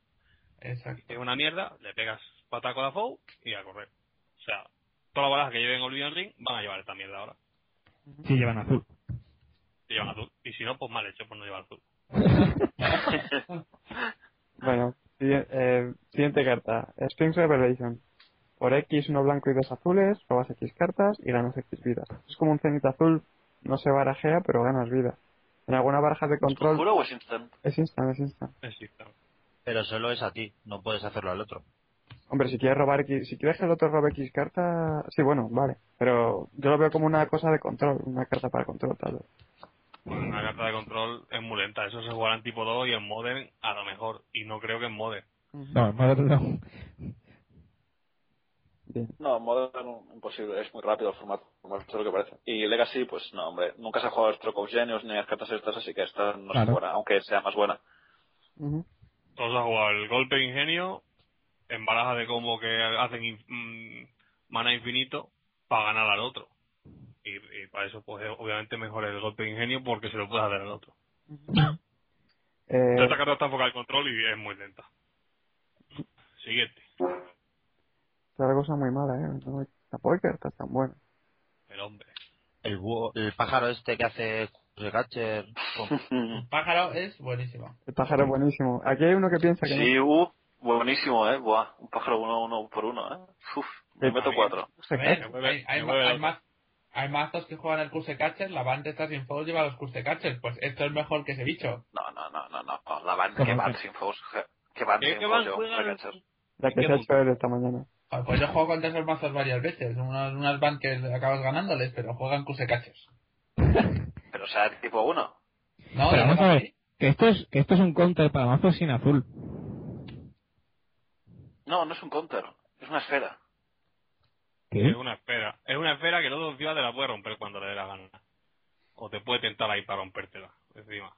S4: Exacto.
S5: Si es una mierda, le pegas pataco a la FO y a correr. O sea, todas las balas que lleven Oblivion Ring van a llevar esta mierda ahora.
S6: Sí, llevan azul.
S5: Te llevan azul. Y si no, pues mal hecho por no llevar azul.
S2: Bueno, si- eh, siguiente carta. Sphinx Revelation. Por X, uno blanco y dos azules, robas X cartas y ganas X vidas. Es como un cenit azul, no se barajea, pero ganas vidas. En alguna baraja de
S7: ¿Es conjuro
S2: control
S7: o es instant?
S2: es instant, es instant.
S5: Existe.
S3: Pero solo es a ti, no puedes hacerlo al otro.
S2: Hombre, si quieres robar X, si quieres que el otro robe X carta, sí, bueno, vale. Pero yo lo veo como una cosa de control, una carta para control, tal vez.
S5: Bueno, Pues una carta de control es muy lenta. Eso se jugará en tipo 2 y en Modern a lo mejor. Y no creo que en Modern.
S6: No, no, no.
S2: Bien.
S7: No, modo imposible, es muy rápido el formato. más de lo que parece. Y Legacy, pues no, hombre, nunca se ha jugado a Stroke of Genius ni a las cartas estas, así que esta no
S6: Claro.
S7: es buena, aunque sea más buena.
S2: Ujú.
S5: Todos a jugar el golpe de ingenio en baraja de combo que hacen in- mm, mana infinito para ganar al otro. Y, y para eso, pues eh, obviamente mejor el golpe de ingenio porque se lo puede hacer al otro.
S2: Eh,
S5: Esta carta está enfocada al control y es muy lenta. Siguiente.
S2: otra cosa muy mala, ¿eh? No, la póker está tan buena.
S5: El hombre.
S3: El, búho- el pájaro este que hace de catcher. con-
S4: Pájaro es buenísimo.
S2: El pájaro es buenísimo. Aquí hay uno que piensa que
S7: Sí, uh, buenísimo, ¿eh? Buah, un pájaro uno, uno por uno, ¿eh? Uf, me
S5: Sí,
S7: meto
S5: también.
S7: cuatro.
S2: no se
S4: A ver,
S6: ¿Eh?
S2: cae.
S5: mueve-
S4: hay, pues hay
S5: se
S4: ma-
S5: mueve
S4: hay
S5: otro.
S4: ma- hay mazos que juegan el curse catcher, la Vante está sin fuego lleva los curse catcher. Pues esto es mejor que ese bicho.
S7: No, no, no, no, no, no, la van,
S6: ¿Cómo
S7: que van
S6: que?
S7: sin fuegos, que van
S5: ¿Qué-
S7: sin
S5: qué Eh, van?
S7: fuegos, yo,
S5: Juegan
S7: para
S5: al-
S7: cachar.
S2: La que
S5: ¿Qué
S2: se ha
S5: punto?
S2: hecho él esta mañana.
S4: Joder, Pues yo juego contra esos mazos varias veces. Unas, unas van que acabas ganándoles, pero juegan curse catchers.
S7: Pero o sea, tipo uno.
S4: No,
S6: Pero
S4: de
S6: vamos a
S4: verdad,
S6: ver,
S4: ¿eh?
S6: que esto es, que esto es un counter para mazos sin azul.
S7: No, no es un counter, es una esfera.
S6: ¿Qué?
S5: Es una esfera. Es una esfera que los dos días te la puede romper cuando le dé la gana. O te puede tentar ahí para rompértela. Encima.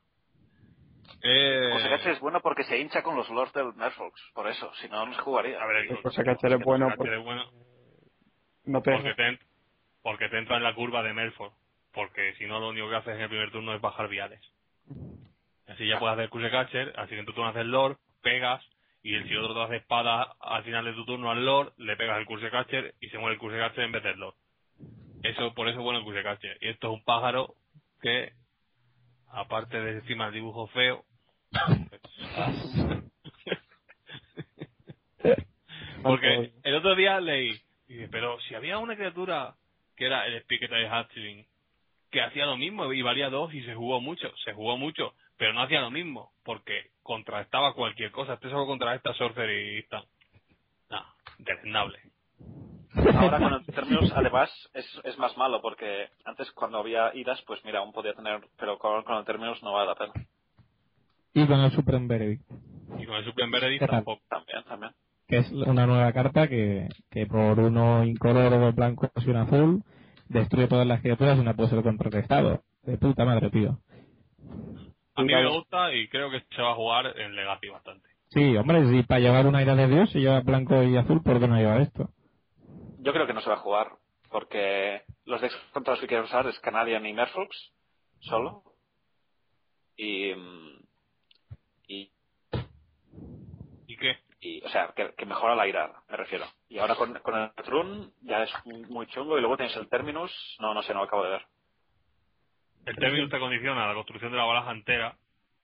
S5: Eh,
S7: Cosa que es bueno porque se hincha con los lords del Nerfolks, por eso, si no, no se jugaría.
S5: a ver,
S2: El
S5: el
S2: cosa cachar es bueno
S5: Cachel
S2: porque
S5: es bueno
S2: no te
S5: porque te, en- porque te entra en la curva de Melford. Porque si no, lo único que haces en el primer turno es bajar viales. Así ya puedes hacer curse catcher, al siguiente turno haces Lord, pegas, y el si otro te hace espada al final de tu turno al Lord, le pegas el curse catcher y se muere el curse catcher en vez del Lord. Eso, por eso es bueno el curse catcher. Y esto es un pájaro que, aparte de encima el dibujo feo, Porque el otro día leí, y dije, pero si había una criatura que era el Spiqueta de Hatchling, que hacía lo mismo y valía dos y se jugó mucho, se jugó mucho, pero no hacía lo mismo, porque contrastaba cualquier cosa, este solo contra esta Sorcery y tal. No, deleznable.
S7: Ahora con el términos, además, es, es más malo porque antes cuando había idas, pues mira, aún podía tener, pero con, con el términos no vale la pena.
S6: Y con el Supreme Verdict,
S5: Y con el Supreme Veredict
S6: ¿Qué tal?
S5: tampoco.
S7: También, también.
S6: que es una nueva carta que, que por uno incoloro, dos blancos y un azul, destruye todas las criaturas y no puede ser contrarrestado. De puta madre, tío.
S5: A mí
S2: Vale.
S5: me gusta y creo que se va a jugar en Legacy bastante.
S6: Sí, hombre, si para llevar una ira de Dios se lleva blanco y azul, ¿por qué no lleva esto?
S7: Yo creo que no se va a jugar porque los decks contra los que quiero usar es Canadian y Merfolks solo. Y, mm, y,
S5: ¿Y qué?
S7: y, o sea, que, que mejora la ira, me refiero. Y ahora con, con el Trun ya es muy chungo y luego tienes el Terminus, no, no sé, no lo acabo de ver.
S5: El término te condiciona la construcción de la baraja entera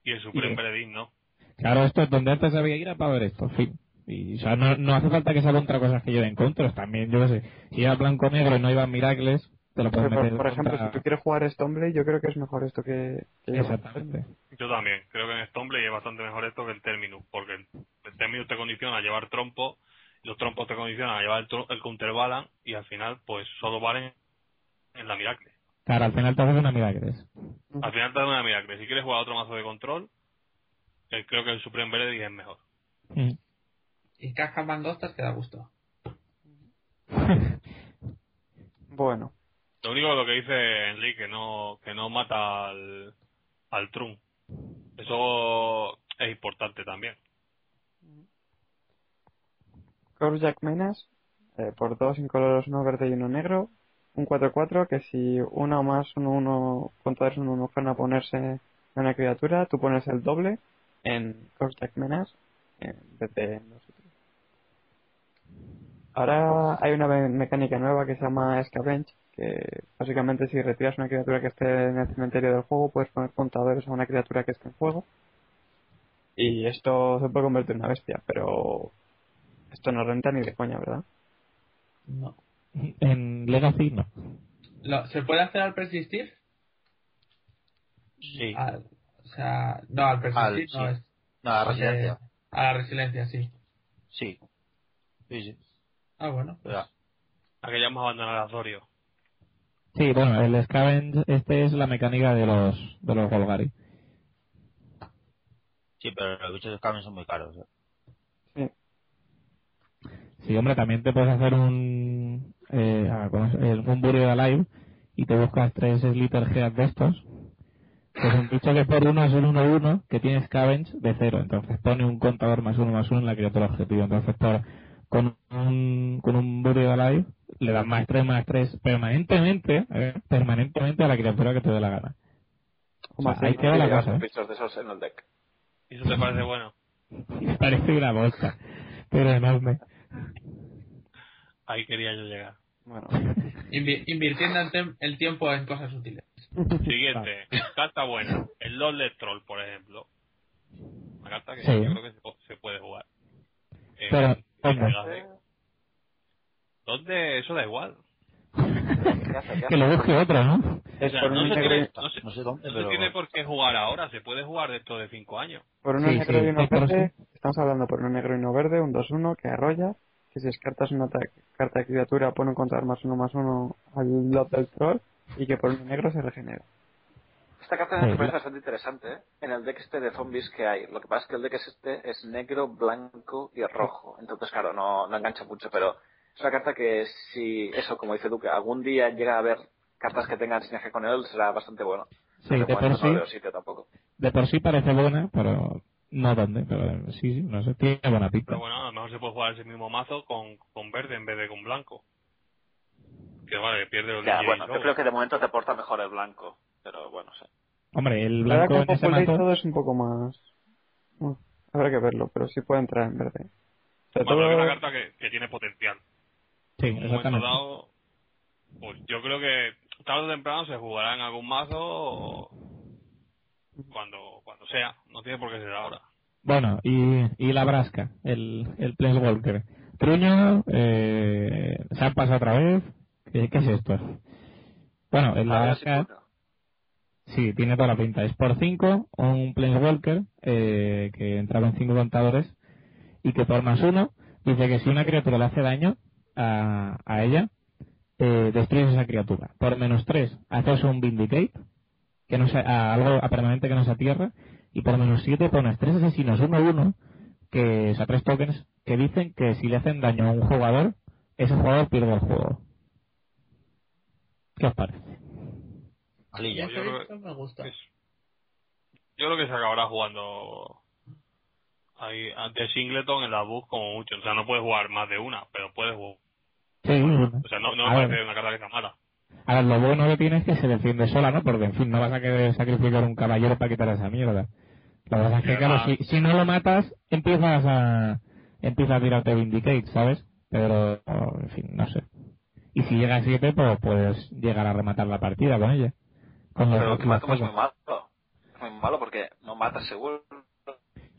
S5: y el Supreme
S6: Sí.
S5: Veredict no.
S6: Claro, esto es donde antes había ira para ver esto, fin. Y, o sea, no, no hace falta que sea contra cosas que lleven contras, también, yo qué sé. Si lleva blanco-negro y no lleva miracles, te lo puedes
S2: Por,
S6: meter
S2: por- por ejemplo,
S6: contra-
S2: si tú quieres jugar Stoneblade, yo creo que es mejor esto que... que
S6: Exactamente.
S5: Yo también, creo que en Stomble es bastante mejor esto que el Terminus, porque el, el Terminus te condiciona a llevar trompo, los trompos te condicionan a llevar el, tro- el counterbalan y al final pues solo valen en la miracle.
S6: Claro, al final te haces una miracles.
S5: Al final te dan una miracle. Si quieres jugar otro mazo de control, eh, creo que el Supreme Veredict es mejor.
S6: Mm.
S4: Y cajas mangostas que da gusto.
S2: Bueno,
S5: Lo único lo que dice Enrique, que no, que no mata al, al Trun. Eso es importante también.
S2: Korjak Menas, eh, por dos incoloros, uno verde y uno negro. Un 4-4 que si una o más, uno, uno, contadores, uno, uno fueran a ponerse en una criatura, tú pones el doble en Korjak Menas en vez de en los otros. Ahora hay una me- mecánica nueva que se llama Scavenge, que básicamente si retiras una criatura que esté en el cementerio del juego, puedes poner contadores a una criatura que esté en juego. Y esto se puede convertir en una bestia, pero esto no renta ni de coña, ¿verdad?
S4: No.
S6: En Legacy no.
S4: Lo- ¿Se puede hacer al persistir?
S3: Sí.
S4: Al- o sea, no, al persistir
S3: Al-
S4: no
S3: sí.
S4: es.
S3: No, la residencia.
S4: Eh, a la resiliencia, sí.
S3: Sí. Sí, sí.
S4: Ah, bueno.
S3: Pero,
S5: Aquella más abandonada a Zorio.
S6: Sí, bueno, el Scavenge, este es la mecánica de los, de los Golgari.
S3: sí, pero los bichos de cambio son muy caros. ¿eh?
S6: Sí, hombre, también te puedes hacer un, eh, ah, ¿cómo se- eh, un Burial Alive y te buscas tres Slipper Heads de estos, pues un bicho que por uno es el 1-1 que tiene Scavenge de cero. Entonces pone un contador más uno más uno en la criatura objetivo. Entonces por, con un, con un Buried Alive le das más 3 más 3 permanentemente, eh, permanentemente a la criatura que te dé la gana. O sea, ahí queda la cosa. ¿eh?
S7: bichos de esos en el deck.
S5: ¿Y eso te parece bueno?
S6: Me Parece una bolsa, pero enorme.
S5: Ahí quería yo llegar.
S2: Bueno,
S4: Invi- invirtiendo el, tem- el tiempo en cosas útiles.
S5: Siguiente, carta buena. El Lordlet Troll, por ejemplo. Una carta que
S6: Sí.
S5: yo creo que se, po- se puede jugar. Eh,
S6: Pero,
S5: en
S6: ¿dónde?
S5: Legacy. ¿Dónde? Eso da igual.
S7: hace, qué
S6: que lo busque otro, ¿no?
S2: es
S5: O sea,
S2: por
S5: no,
S2: un
S5: se
S2: negro
S5: tiene,
S2: y-
S5: no, se,
S3: No sé dónde,
S5: no se
S3: pero-
S5: tiene por qué jugar ahora, se puede jugar dentro de 5 años.
S2: por un
S6: Sí,
S2: negro
S6: sí,
S2: y uno
S6: sí, pero
S2: verde, estamos hablando por un negro y uno verde, un 2-1 que arrolla, que si descartas una ta- carta de criatura pone un contador más uno más uno al lot del troll y que por un negro se regenera.
S7: Esta carta me
S6: Sí.
S7: parece bastante interesante ¿eh? en el deck este de zombies que hay. Lo que pasa es que el deck es este es negro, blanco y rojo. Entonces, claro, no, no engancha mucho, pero es una carta que si, eso, como dice Duque, algún día llega a haber cartas que tengan sinergia con él, será bastante bueno.
S6: Sí,
S7: Pero
S6: de
S7: bueno,
S6: por
S7: no
S6: sí,
S7: le veo sitio tampoco.
S6: de por sí parece buena, pero no dónde, pero sí, sí, no sé, tiene buena pinta.
S5: Pero bueno, a lo mejor se puede jugar ese mismo mazo con, con verde en vez de con blanco. Que vale, pierde el
S7: Ya,
S5: DJ
S7: bueno, yo
S5: luego.
S7: creo que de momento te aporta mejor el blanco, pero bueno, sí.
S6: Hombre, el
S2: Ahora
S6: blanco
S2: con
S6: en ese
S2: Populate
S6: mazo,
S2: todo es un poco más... Bueno, habrá que verlo, pero sí puede entrar en verde. Sobre
S5: Bueno, es
S2: todo-
S5: una carta que, que tiene potencial.
S6: sí,
S5: En un momento
S6: exactamente.
S5: dado, pues yo creo que tarde o temprano se jugará en algún mazo o cuando, cuando sea. No tiene por qué ser ahora.
S6: Bueno, y, y la brasca, el, el Planeswalker. Truño, eh, se han pasado otra vez. ¿Qué, qué es esto? Bueno, en la
S7: Ahora sí,
S6: brasca,
S7: bueno.
S6: sí, tiene toda la pinta. Es por 5, un Planeswalker eh, que entraba en 5 contadores y que por más 1 dice que si una criatura le hace daño a, a ella, eh, destruyes esa criatura. Por menos 3, haces un Vindicate, que no sea, a algo a permanente que no sea tierra, y por menos 7 pones tres asesinos 1-1, que, o sea, tres tokens, que dicen que si le hacen daño a un jugador, ese jugador pierde el juego. ¿Qué os parece?
S4: Y
S3: Alilla.
S5: Yo
S4: ese
S5: creo
S4: bicho me gusta.
S5: Es- Yo creo que se acabará jugando ahí ante Singleton en la bus como mucho. O sea, no puedes jugar más de una, pero puedes jugar.
S6: Sí, bueno.
S7: pues-
S5: O sea, no, no
S6: a,
S5: me
S6: ver,
S5: parece una carta que sea mala.
S6: a ver, lo bueno que tiene es que se defiende sola, ¿no? Porque, en fin, no vas a querer sacrificar un caballero para quitar esa mierda. La verdad es que,
S5: Sí,
S6: claro,
S5: además-
S6: si, si no lo matas, empiezas a, empiezas a tirarte Vindicate, ¿sabes? Pero, en fin, no sé. Y si llega a 7, pues puedes llegar a rematar la partida con ella. Con los-
S7: Pero que
S6: los
S7: mato es
S6: juegos.
S7: muy malo. Es muy malo porque no mata seguro.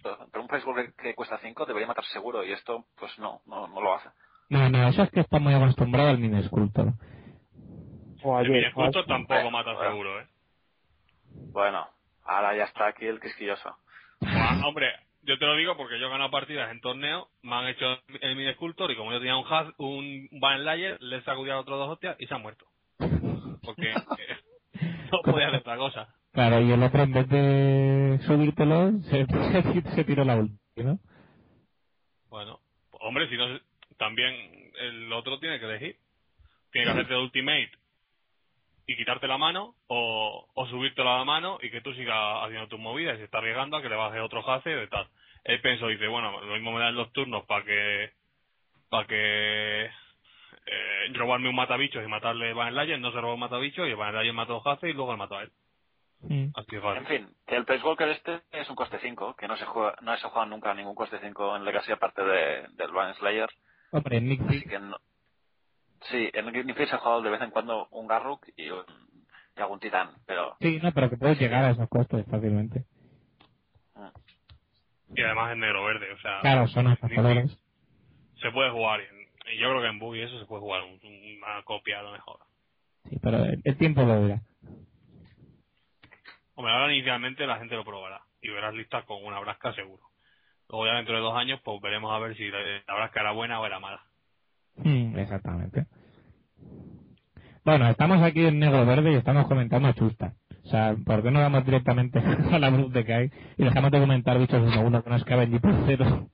S7: Pero un Facebook que cuesta 5 debería matar seguro y esto, pues no, no, no lo hace.
S6: No, no, eso es que está muy acostumbrado al mini sculptor.
S2: o
S5: El
S2: ayer, o
S5: Minescultor
S2: ayer.
S5: tampoco
S7: Bueno,
S5: mata
S7: bueno.
S5: seguro, ¿eh?
S7: Bueno, ahora ya está aquí el quisquilloso.
S5: Ah, hombre, yo te lo digo porque yo he ganado partidas en torneo, me han hecho el mini sculptor y como yo tenía un has, un van layer, le he sacudido a otros dos hostias y se han muerto. Porque eh, no podía hacer otra cosa.
S6: Claro, y el otro en vez de subírtelo, se, se, se tiró la última, ¿no?
S5: Bueno, hombre, si no, también el otro tiene que elegir. Tiene que hacerte el ultimate y quitarte la mano o, o subirte la mano y que tú sigas haciendo tus movidas y se está arriesgando a que le baje otro jase y tal. Él pensó, dice, bueno, lo mismo me dan los turnos para que para que eh, robarme un matabichos y matarle a Van Layen, no se robó un matabichos y Van Layen mató a Hace y luego le mató a él.
S6: Mm.
S5: Así de
S7: En
S5: fácil.
S7: fin, que el Placewalker este es un coste 5, que no se juega, no se juega nunca ningún coste 5 en Legacy aparte de, del Van Slayer.
S6: Hombre, Nick
S7: Así
S6: Fury,
S7: que no. Sí, en Greenfield se ha jugado de vez en cuando un Garruk y, un- y algún Titán, pero
S6: sí, no, pero que puedes llegar a esos costes fácilmente.
S5: Y además es negro-verde, o sea...
S6: Claro, son
S5: ni- ni-
S6: cazadores.
S5: se puede jugar. y en- y yo creo que en buggy eso se puede jugar un- una copia a lo mejor.
S6: Sí, pero el, el tiempo lo dura.
S5: Hombre, ahora inicialmente la gente lo probará y verás listas con una brasca seguro. Luego ya dentro de dos años pues veremos a ver si la, la brasca era buena o era mala.
S6: Mm, exactamente. Bueno, estamos aquí en negro verde y estamos comentando chusta. O sea, ¿por qué no vamos directamente a la luz de que hay y dejamos de comentar bichos uno a uno que nos caben y por cero?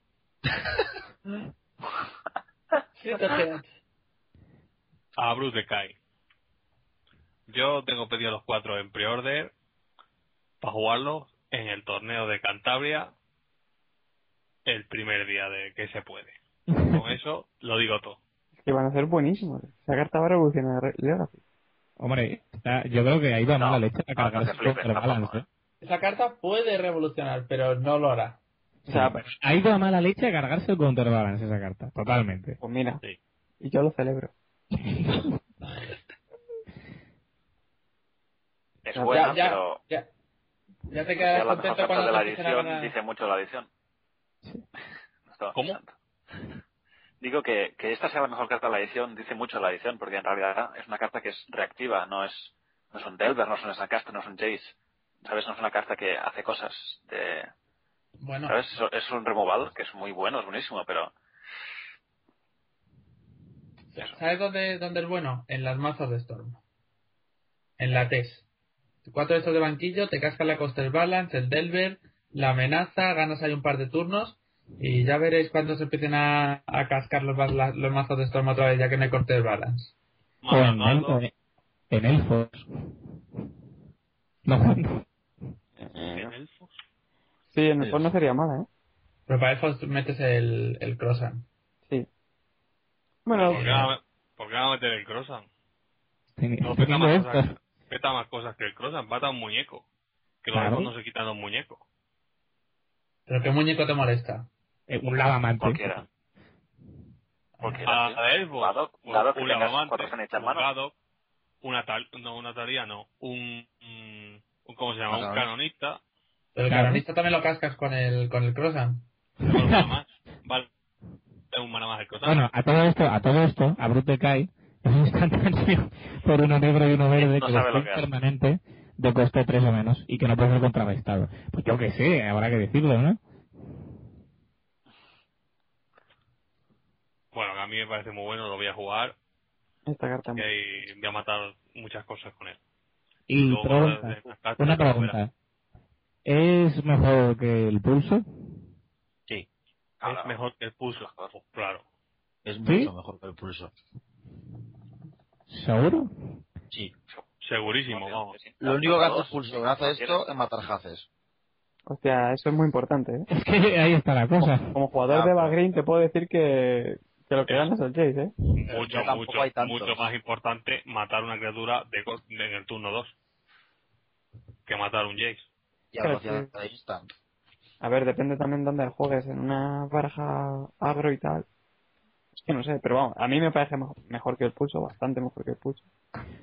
S4: Sí, está bien.
S5: Ah, A Bruce de Kai. Yo tengo pedido los cuatro en pre-order para jugarlos en el torneo de Cantabria el primer día de que se puede. Con eso lo digo todo.
S2: Es que van a ser buenísimos. Esa carta va a revolucionar Legacy.
S6: Hombre, está- yo creo que ahí va
S7: No,
S6: mala leche a
S7: no, no
S6: cargarse
S7: te flipes,
S6: contra el balance.
S7: tampoco, ¿eh?
S4: Esa carta puede revolucionar, pero no lo hará.
S2: O sea, pues,
S6: Ha ido a mala leche a cargarse el counterbalance esa carta, totalmente.
S2: pues mira.
S5: Sí.
S2: Y yo lo celebro.
S7: Es
S2: Ya,
S7: buena,
S4: ya,
S7: pero
S4: ya, ya te
S7: ya
S4: quedas
S7: la mejor
S4: contento
S7: carta
S4: cuando
S7: de la
S4: te dicen la
S7: edición
S4: verdad.
S7: dice mucho de la edición. No estaba
S5: ¿Cómo?
S7: pensando. Digo que, que esta sea la mejor carta de la edición dice mucho de la edición, porque en realidad es una carta que es reactiva, no es, no es un Delver, no es un Snackaster, no es un Jace. ¿Sabes? No es una carta que hace cosas. De,
S4: Bueno,
S7: ¿Sabes? Es- Es un removal que es muy bueno, es buenísimo, pero
S4: ¿sabes dónde, dónde es bueno? En las mazas de Storm. En la TES. Cuatro de estos de banquillo, te casca la Coastal Balance, el Delver, la amenaza, ganas ahí un par de turnos y ya veréis cuando se empiecen a, a cascar los, ba- la- los mazos de Storm otra vez ya que no hay corte de balance.
S6: O en,
S5: Mano,
S6: el-
S5: mano,
S6: en, elfos. No, Juan.
S3: Eh,
S5: en elfos.
S2: Sí, en el fondo no sería mala, ¿eh?
S4: Pero para eso metes el, el Crossan.
S2: Sí. Bueno,
S5: ¿Por qué va a- por qué va a meter el Crossan?
S6: Ten-
S5: No, peta
S6: teniendo
S5: más,
S6: esto.
S5: cosas, peta más cosas que el Crossan, pata un muñeco. Que los
S6: Claro.
S5: elfos no se quitan los muñecos.
S4: Pero qué muñeco te molesta.
S6: Eh, un lavamante.
S7: cualquiera. Cualquiera.
S5: A
S7: sí.
S5: a elfos.
S7: Gadok-
S5: un-
S7: Gadok que
S5: un
S7: tengas
S5: lavamante,
S7: cuatro cenitas en
S5: un
S7: mano.
S5: Gadok, una tal, no, una talía, no. Un, un- un- ¿cómo se llama? Un
S3: Matabas.
S5: canonista.
S4: Pero el
S6: Claro.
S4: canonista también lo cascas con el, con el Crossan.
S5: no, un mana más. Vale. Es un mana más el Crossan.
S6: Bueno, a todo esto, a todo esto, a Brute Kai es un instantáneo por uno negro y uno verde
S7: No
S6: que
S7: sabe lo
S6: es
S7: que hace.
S6: permanente de coste 3 o menos y que no puede ser contrarrestado. Pues yo que sé, habrá que decirlo, ¿no?
S5: Bueno, que a mí me parece muy bueno, lo voy a jugar
S2: esta carta.
S5: y ahí voy a matar muchas cosas con él.
S6: Y
S5: Luego,
S6: pregunta,
S5: desde las cartas,
S6: Mm, una
S5: pues,
S6: pregunta. ¿Es mejor que el pulso?
S3: Sí,
S7: Ahora,
S5: Es mejor que el puzzle, pues, claro.
S3: es mucho
S6: ¿Sí?
S3: mejor que el pulso.
S6: ¿Seguro?
S3: Sí.
S5: Segurísimo,
S7: Obvio,
S5: vamos.
S7: sí.
S3: Lo único que hace
S7: Dos,
S3: el pulso gracias a esto es matar jaces.
S2: O sea, eso es muy importante, ¿eh?
S6: Es que ahí está la cosa.
S2: Como jugador
S3: Ah,
S2: de
S3: pero-
S2: Bagreen te puedo decir que, que lo que gana es el Jace, ¿eh?
S5: mucho,
S3: ya tampoco
S5: mucho,
S3: hay tantos.
S5: mucho más importante matar una criatura de, co- de- en el turno 2 que matar un Jace.
S3: Y a la
S2: Claro,
S3: velocidad de instant.
S2: A ver, depende también dónde juegues, en una baraja agro y tal. Es que no sé, pero vamos, a mí me parece mejor, mejor que el pulso, bastante mejor que el pulso.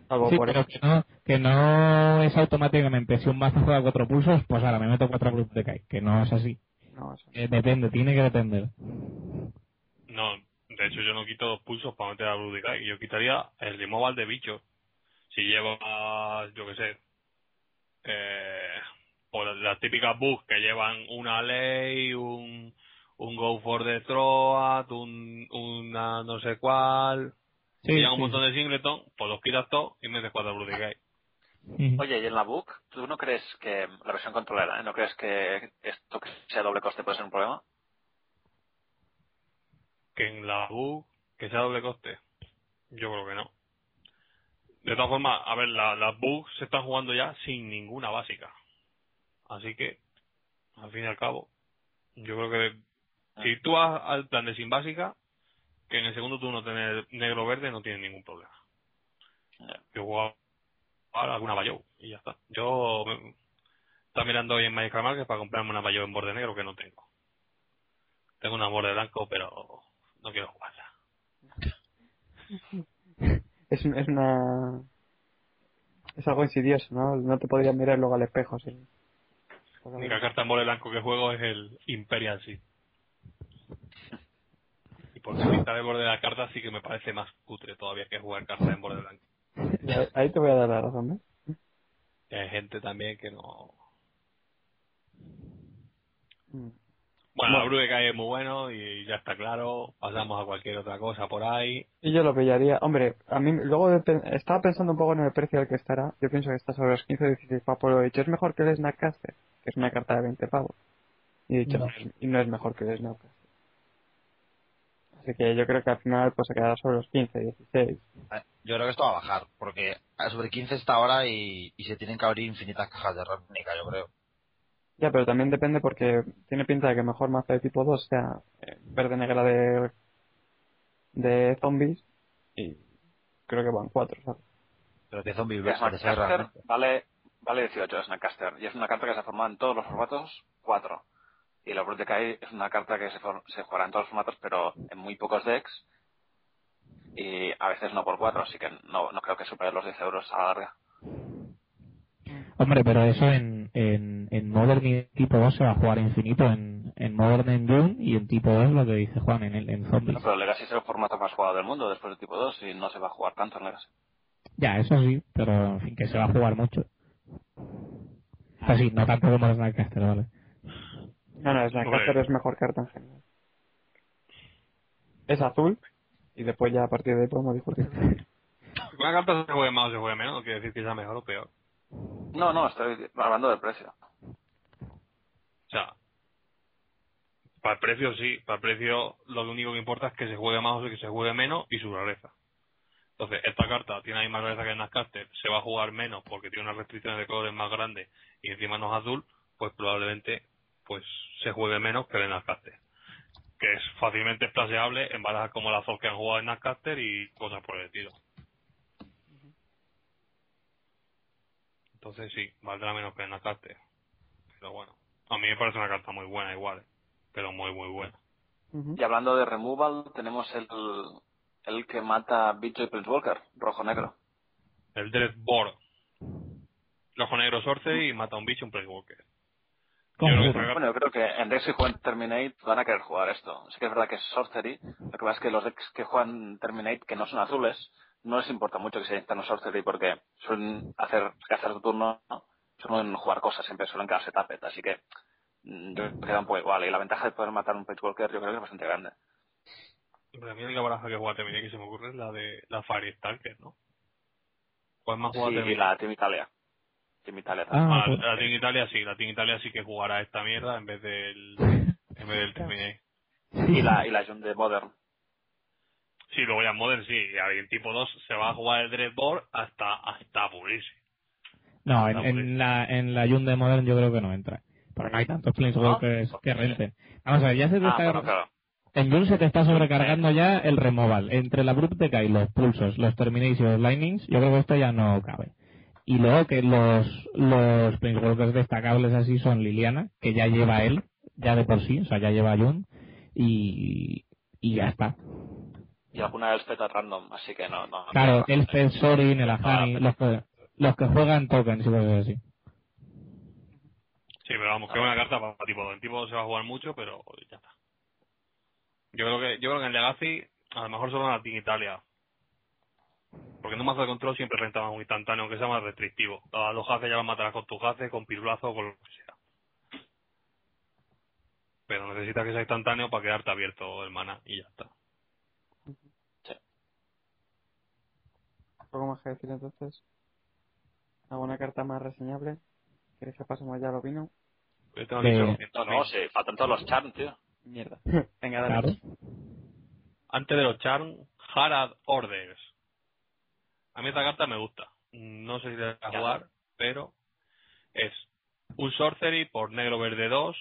S2: Salvo
S6: Sí,
S2: Oh, por
S6: pero
S2: eso.
S6: que no, que no es automáticamente. Si un mazo juega cuatro pulsos, pues ahora me meto cuatro grupos de Kai. Que no es así.
S2: No, eso.
S6: Eh, depende, tiene que depender.
S5: No, de hecho yo no quito dos pulsos para meter a Bloody Guy. Yo quitaría el removal de bicho. Si lleva, yo qué sé, eh, por las típicas bugs que llevan una ley, un, un Go for the Throat, un, una no sé cuál.
S6: Sí,
S5: Si llevan un
S6: sí.
S5: montón de singleton, pues los quitas todos y metes cuatro Bloody Guy.
S6: Ujú.
S7: Oye, y en la book, ¿tú no crees que la versión controlera, ¿eh? no crees que esto que sea doble coste puede ser un problema?
S5: que en la U que sea doble coste. Yo creo que no. De todas formas, a ver, la- las bugs se están jugando ya sin ninguna básica. Así que, al fin y al cabo, yo creo que si tú vas al plan de sin básica, que en el segundo turno tener negro-verde no tiene ningún problema.
S7: Ya.
S5: Yo juego ahora alguna Bayou y ya está. Yo mm, estaba mirando hoy en Magic Market para comprarme una Bayou en borde negro que no tengo. Tengo una en borde blanco, pero no quiero jugarla.
S2: Es, es una. Es algo insidioso, ¿no? No te podrías mirar luego al espejo. sí.
S5: La única carta en borde blanco que juego es el Imperial Seed. Y porque pintar el borde de la carta sí que me parece más cutre todavía que jugar cartas en borde blanco.
S2: Ya, Ahí te voy a dar la razón, ¿eh?
S5: Y hay gente también que no...
S2: Mm.
S5: Bueno, la Brute cae es muy bueno y ya está claro. Pasamos a cualquier otra cosa por ahí.
S2: Y yo lo pillaría. Hombre, a mí luego de pen- estaba pensando un poco en el precio al que estará. Yo pienso que está sobre los 15 o 16 pavos. Pero he dicho, es mejor que el Snapcaster, que es una carta de 20 pavos. Y he dicho,
S4: No.
S2: y no es mejor que el Snapcaster. Así que yo creo que al final pues se quedará sobre los 15, 16.
S3: Ah, Yo creo que esto va a bajar, porque a sobre 15 está ahora y, y se tienen que abrir infinitas cajas de Ravnica, yo creo.
S2: Ya, pero también depende porque tiene pinta de que mejor mazo de tipo 2 sea eh, verde-negra de, de zombies y creo que van 4, ¿sabes?
S3: Pero que zombie
S7: Que
S3: versus de ser
S7: Snapcaster
S3: Ravnica.
S7: vale, vale 18 Snapcaster y es una carta que se ha formado en todos los formatos 4. Y la Brute Kai es una carta que se, for- se jugará en todos los formatos pero en muy pocos decks y a veces no por 4, así que no, no creo que supere los 10 euros a la larga.
S6: Hombre, pero eso en, en, en Modern y en tipo 2 se va a jugar infinito. En, en Modern en Doom y en tipo 2 lo que dice Juan en, el, en Zombies.
S7: No, pero Legacy es el formato más jugado del mundo después del tipo 2 y no se va a jugar tanto en Legacy.
S6: Ya, eso sí, pero en fin, que se va a jugar mucho.
S2: Ah.
S6: Así, no tanto como Snapcaster, vale.
S2: No, no, Snapcaster
S5: Hombre.
S2: es mejor carta en general. Es azul y después ya a partir de ahí podemos discutir.
S5: Una carta se juegue más o se juegue menos, no quiere decir que sea mejor o peor.
S7: No, no, estoy hablando del precio.
S5: O sea, para el precio sí, para el precio lo único que importa es que se juegue más o que se juegue menos y su rareza. Entonces, esta carta tiene la misma rareza que el Nascaster, se va a jugar menos porque tiene unas restricciones de colores más grandes y encima no es azul, pues probablemente pues se juegue menos que el Nascaster. Que es fácilmente plaseable en barajas como las dos que han jugado en Nascaster y cosas por el estilo. Entonces sí, valdrá menos que el Nascaster. Pero bueno, a mí me parece una carta muy buena igual, eh, pero muy muy buena.
S7: Y hablando de removal, tenemos el, el que mata Bicho y Prince Walker, rojo-negro.
S5: El Dreadbore. Ojo negro sorce y mata a un bicho un Playwalker. Yo creo que esta carta-
S7: Bueno, yo creo que en decks que juegan Terminate van a querer jugar esto. Sí que es verdad que es Sorcery, lo que pasa es que los decks que juegan Terminate, que no son azules, no les importa mucho que sea interno Sorcery porque suelen hacer cazar tu turno, ¿no? suelen jugar cosas, siempre suelen quedarse tapet, así que mm, yo creo que da un poco igual. Y la ventaja de poder matar un Prince Walker yo creo que es bastante grande.
S5: Hombre, a mí la única baraja que juega Terminator que se me ocurre es la de la Firestalker, ¿no? ¿Cuál más
S7: Sí,
S5: juega
S7: y
S5: Terminator?
S7: la Team Italia. Team Italia también.
S6: Ah,
S5: Ah,
S6: pues-
S5: la Team Italia sí, la Team Italia sí que jugará esta mierda en vez del, en vez del Terminator.
S7: Y la, y la Jun de Modern.
S5: Sí, luego ya en Modern sí, y ahí en tipo 2 se va a jugar el Dreadbore hasta, hasta aburrirse.
S6: No, en,
S5: Ah,
S6: en la en la Hyundai Modern yo creo que no entra. Pero no hay tantos Planeswalkers que renten. Vamos a ver, ya se te
S7: Ah,
S6: está...
S7: bueno, claro.
S6: En Doom se te está sobrecargando ya el removal. Entre la Brute Decay, los pulsos, los Terminates y los Lightnings, yo creo que esto ya no cabe. Y luego que los, los Planeswalkers destacables así son Liliana, que ya lleva él, ya de por sí, o sea, ya lleva a Jun, y, y ya está.
S7: y alguna del Spectre random, así que no, no.
S6: Claro,
S7: no,
S6: el Fed, Sorin, el Ahani,
S7: Ah,
S6: los que, los que juegan tokens y cosas así.
S5: Sí, pero vamos, que es una carta para tipo 2. En tipo 2 se va a jugar mucho, pero ya está. Yo creo que, yo creo que en Legacy, a lo mejor solo en la Team Italia. Porque en un mazo de control siempre renta más un instantáneo, aunque sea más restrictivo. A los haces ya los matarás con tus haces, con pirulazo o con lo que sea. Pero necesitas que sea instantáneo para quedarte abierto el mana y ya está.
S2: ¿Algo más que decir entonces? ¿Alguna carta más reseñable? ¿Queréis que pasemos ya al vino?
S5: Yo tengo
S6: Eh,
S5: dicho
S7: No,
S5: 200.000.
S7: no, sí, faltan todos los charms, tío.
S2: Mierda. Venga, dale.
S6: Claro.
S5: Antes de los charm, Harad Orders. A mí esta carta me gusta. No sé si la voy a jugar, pero es un sorcery por negro verde 2.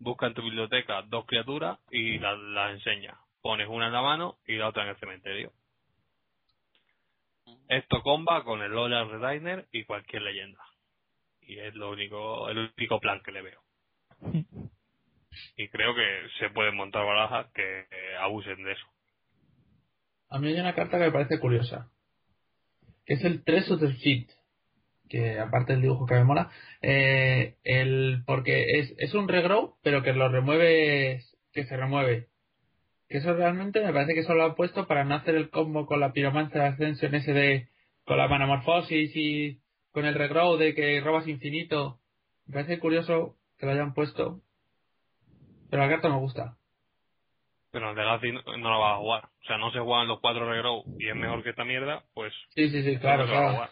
S5: Busca en tu biblioteca dos criaturas y las las enseña. Pones una en la mano y la otra en el cementerio. Esto comba con el Lola Rediner y cualquier leyenda. Y es lo único, el único plan que le veo y creo que se pueden montar barajas que eh, abusen de eso.
S4: A mí hay una carta que me parece curiosa. Que es el 3 of the Fit. Que aparte del dibujo que me mola. eh, el, porque es, es un regrow, pero que lo remueve. Que se remueve. Que eso realmente me parece que solo lo han puesto para no hacer el combo con la piromancia de Ascension ese de. Con la manamorfosis y con el regrow de que robas infinito. Me parece curioso que lo hayan puesto. Pero la carta me gusta.
S5: Pero en Legacy no, no la vas a jugar. O sea, no se juegan los cuatro regrow y es mejor que esta mierda, pues
S4: Sí, sí, sí, claro,
S5: no se va a
S4: claro.
S5: jugar.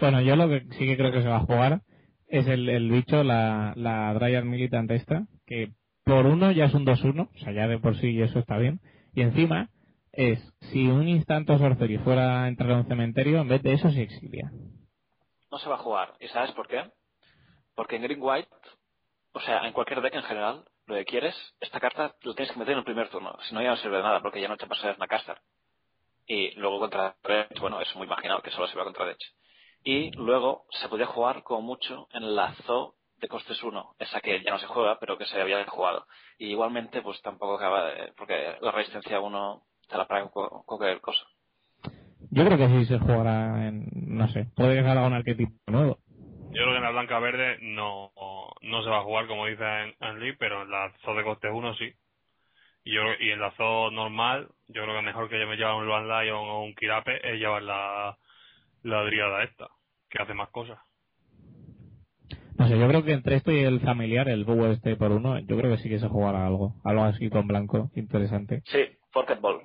S6: Bueno, yo lo que sí que creo que se va a jugar es el, el bicho, la, la Dryad Militant esta, que por uno ya es un 2-1, o sea, ya de por sí eso está bien, Y encima es, si un instante Sorcery fuera a entrar a un cementerio, en vez de eso se exilia.
S7: No se va a jugar. ¿Y sabes por qué? Porque en Green White, o sea, en cualquier deck en general, lo que quieres, esta carta lo tienes que meter en el primer turno. Si no, ya no sirve de nada, porque ya no te pasas una caster. Y luego contra Dredge, bueno, es muy imaginado que solo se va contra Dredge. Y luego se podía jugar como mucho en la Zoo de costes 1, esa que ya no se juega, pero que se había jugado. Y igualmente, pues tampoco acaba de. porque la resistencia 1 te la paga con con cualquier cosa.
S6: Yo creo que si se jugara en, no sé, puede que salga un arquetipo nuevo.
S5: Yo creo que en la blanca verde no, no se va a jugar, como dice Anli, pero en la zoo de coste 1 sí. Y, yo, y en la zoo normal, yo creo que mejor que yo me lleve un Luan Lion o un Kirape es llevar la, la driada esta, que hace más cosas.
S6: No sé, yo creo que entre esto y el familiar, el búho este por uno, yo creo que sí que se jugará algo. Algo así con blanco, interesante.
S7: Sí, Forketball.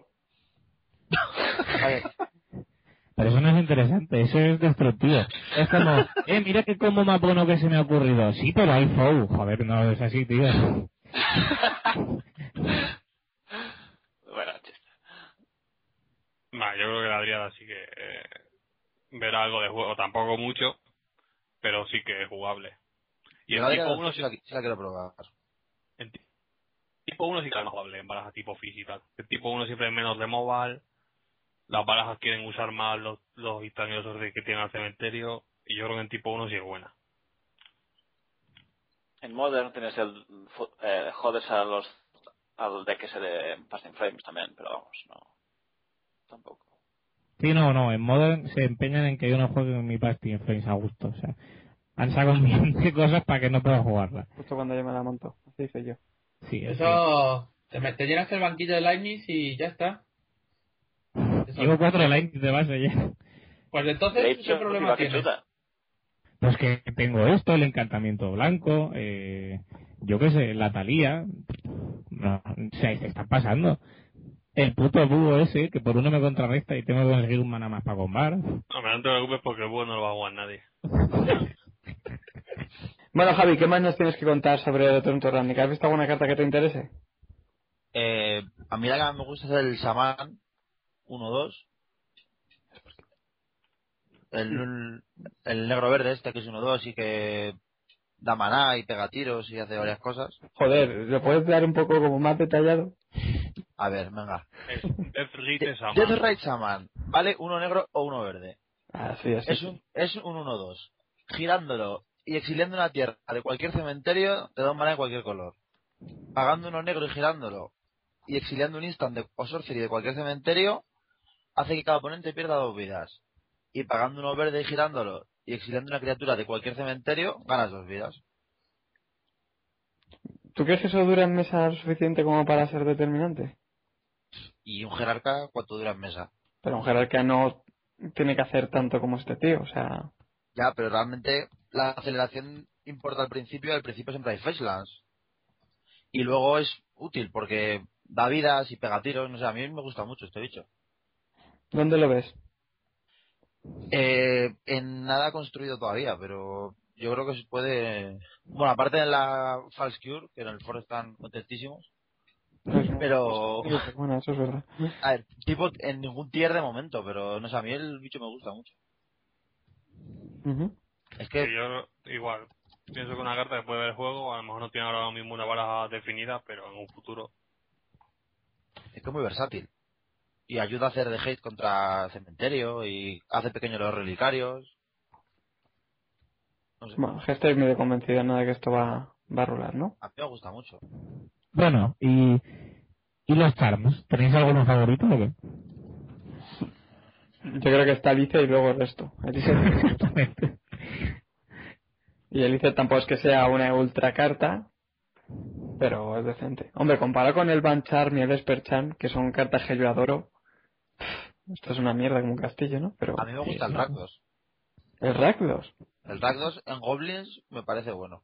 S6: Pero eso no es interesante, eso es destructivo. Es como, eh, mira que combo más bueno que se me ha ocurrido. Sí, pero hay foul. Joder, no es así, tío.
S7: Bueno, chiste.
S5: Nah, yo creo que la Adriada sí que eh, verá algo de juego, tampoco mucho, pero sí que es jugable. Y
S3: Yo
S5: en
S3: la
S5: tipo
S3: Adriada
S5: 1
S3: sí
S5: sí,
S3: la, sí la quiero probar.
S5: en ti- tipo 1 sí que es más jugable en barajas tipo Fizz y tal. En tipo 1 siempre hay menos de mobile, las barajas quieren usar más los, los instantáneos esos que tienen al cementerio, y yo creo que en tipo 1 sí es buena.
S7: En Modern tienes el. fu- Eh, jodes a los, al deck ese de Passing Frames también, pero vamos, no. Tampoco.
S6: Sí, no, no, en Modern se empeñan en que yo no juegue en mi party en Frames a gusto. O sea, han sacado un millón de cosas para que no pueda jugarla.
S2: Justo cuando yo me la monto. Así hice yo.
S6: Sí, eso.
S4: Eso. Te, me- te llenas el banquillo de Leibniz y ya está. Eso.
S6: Llevo cuatro likes de base ya.
S4: Pues
S7: De
S4: entonces, ¿qué
S7: hecho,
S4: problema
S7: Kira que
S4: tienes?
S7: chuta.
S6: Pues que tengo esto, el encantamiento blanco, eh, yo qué sé, la talía. No, se, se está pasando. El puto búho ese, que por uno me contrarresta y tengo que conseguir un mana más para combar.
S5: Hombre, no te preocupes porque el búho no lo va a jugar nadie.
S2: Bueno, Javi, ¿qué más nos tienes que contar sobre el Toronto Randy? ¿Has visto alguna carta que te interese?
S3: Eh, a mí la que más me gusta es el Shaman 1-2. El, el negro verde este que es 1-2 y que da maná y pega tiros y hace varias cosas.
S2: Joder, ¿lo puedes dar un poco como más detallado?
S3: A ver, venga.
S5: Es Death Rite Shaman.
S3: Death Right Shaman. Vale, uno negro o uno verde.
S2: Ah, sí, así.
S3: Es un, es un 1-2. Girándolo y exiliando una tierra de cualquier cementerio, te da un maná de cualquier color. Pagando uno negro y girándolo y exiliando un instant de, o sorcery de cualquier cementerio, hace que cada oponente pierda dos vidas. Y pagando uno verde y girándolo y exiliando una criatura de cualquier cementerio, ganas dos vidas.
S2: ¿Tú crees que eso dura en mesa lo suficiente como para ser determinante?
S3: Y un jerarca, ¿cuánto dura en mesa?
S2: Pero un jerarca no tiene que hacer tanto como este tío, o sea...
S3: Ya, pero realmente la aceleración importa al principio, al principio siempre hay fetchlands. Y luego es útil porque da vidas y pega tiros, no sé, a mí me gusta mucho este bicho.
S2: ¿Dónde lo ves?
S3: Eh, en nada construido todavía, pero yo creo que se puede... Bueno, aparte de la False Cure, que en el Forest están contestísimos,
S2: Pues no.
S3: pero...
S2: Bueno, eso es verdad.
S3: A ver, tipo en ningún tier de momento, pero no sé, a mí el bicho me gusta mucho.
S2: Ujú.
S3: Es
S5: Sí,
S3: que...
S5: yo igual pienso que una carta que puede ver el juego, a lo mejor no tiene ahora mismo una baraja definida, pero en un futuro.
S3: Es que es muy versátil. Y ayuda a hacer de hate contra cementerio y hace pequeños los relicarios. No sé,
S2: Bueno, que estoy medio convencido nada de que esto va, va a rular, ¿no?
S3: a mí me gusta mucho.
S6: Bueno, y, y los charms, ¿tenéis alguno favorito o qué?
S2: Yo creo que está Alicia y luego el resto. Alicia-
S6: Exactamente.
S2: y Alicia tampoco es que sea una ultra carta, pero es decente. Hombre, comparado con el Bancharm y el Espercharm, que son cartas que yo adoro, pff, esto es una mierda como un castillo, ¿no? Pero
S3: A mí me gusta el Rakdos.
S2: el Rakdos.
S3: El Rakdos en Goblins me parece bueno.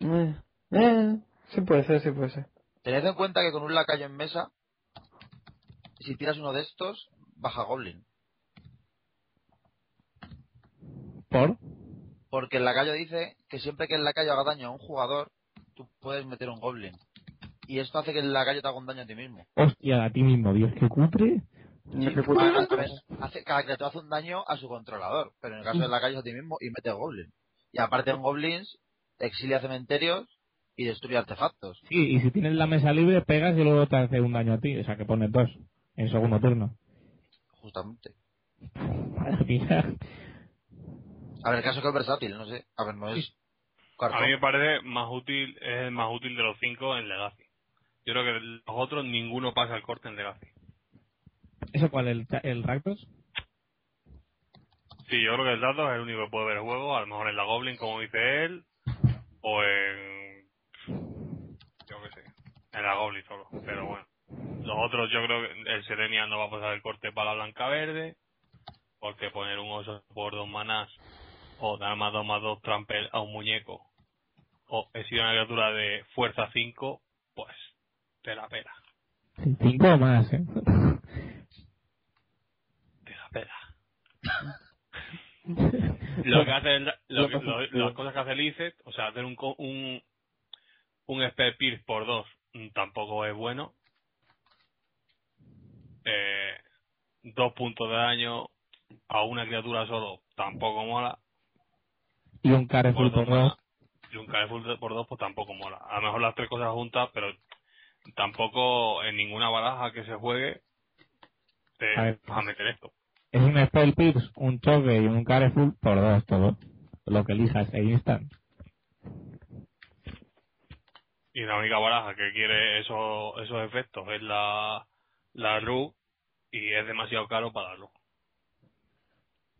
S2: Eh, eh, sí puede ser, sí puede ser.
S3: Tened en cuenta que con un lacayo en mesa, si tiras uno de estos, baja Goblin.
S6: ¿Por?
S3: Porque el lacayo dice que siempre que el lacayo haga daño a un jugador, tú puedes meter un Goblin. Y esto hace que la calle te haga un daño a ti mismo.
S6: Hostia, a ti mismo, Dios, qué cutre.
S2: No
S3: Sí,
S2: te culpo.
S3: cada, vez hace, cada criatura hace un daño a su controlador, pero en el caso de la calle es a ti mismo y mete goblins. Y aparte en goblins, exilia cementerios y destruye artefactos.
S6: Sí, y si tienes la mesa libre, pegas y luego te hace un daño a ti. O sea, que pones dos en segundo turno.
S3: justamente.
S6: Madre mía.
S3: A ver, el caso que es versátil, no sé. A ver, no es.
S5: A
S3: cartón.
S5: mí me parece más útil, es el más útil de los cinco en Legacy. Yo creo que los otros ninguno pasa el corte en Legacy.
S6: ¿Eso cuál? ¿El, ta- el Rakdos?
S5: Sí, yo creo que el dato es el único que puede ver el juego, a lo mejor en la Goblin, como dice él, o en. Yo qué sé, en la Goblin solo, pero bueno. Los otros, yo creo que el Serenia no va a pasar el corte para la Blanca Verde, porque poner un oso por dos manás, o dar más dos más dos trampel a un muñeco, o exigir una criatura de fuerza 5, pues te la pela,
S6: Cinco o más, ¿eh?
S5: te la pela. lo que hace el- lo que- lo- las cosas que hace Lizeth, o sea, hacer un co- un un spell pierce por dos mm, tampoco es bueno. Eh, dos puntos de daño a una criatura solo tampoco mola.
S6: Y un Carrefour por dos.
S5: Y un Carrefour de- por dos pues tampoco mola. A lo mejor las tres cosas juntas, pero tampoco en ninguna baraja que se juegue te
S6: A ver.
S5: vas a meter esto.
S6: Es un Spell Pips, un Choque y un Carrefour por dos, todo. Lo que elijas e instant.
S5: y la única baraja que quiere esos esos efectos es la la RU y es demasiado caro para la RU.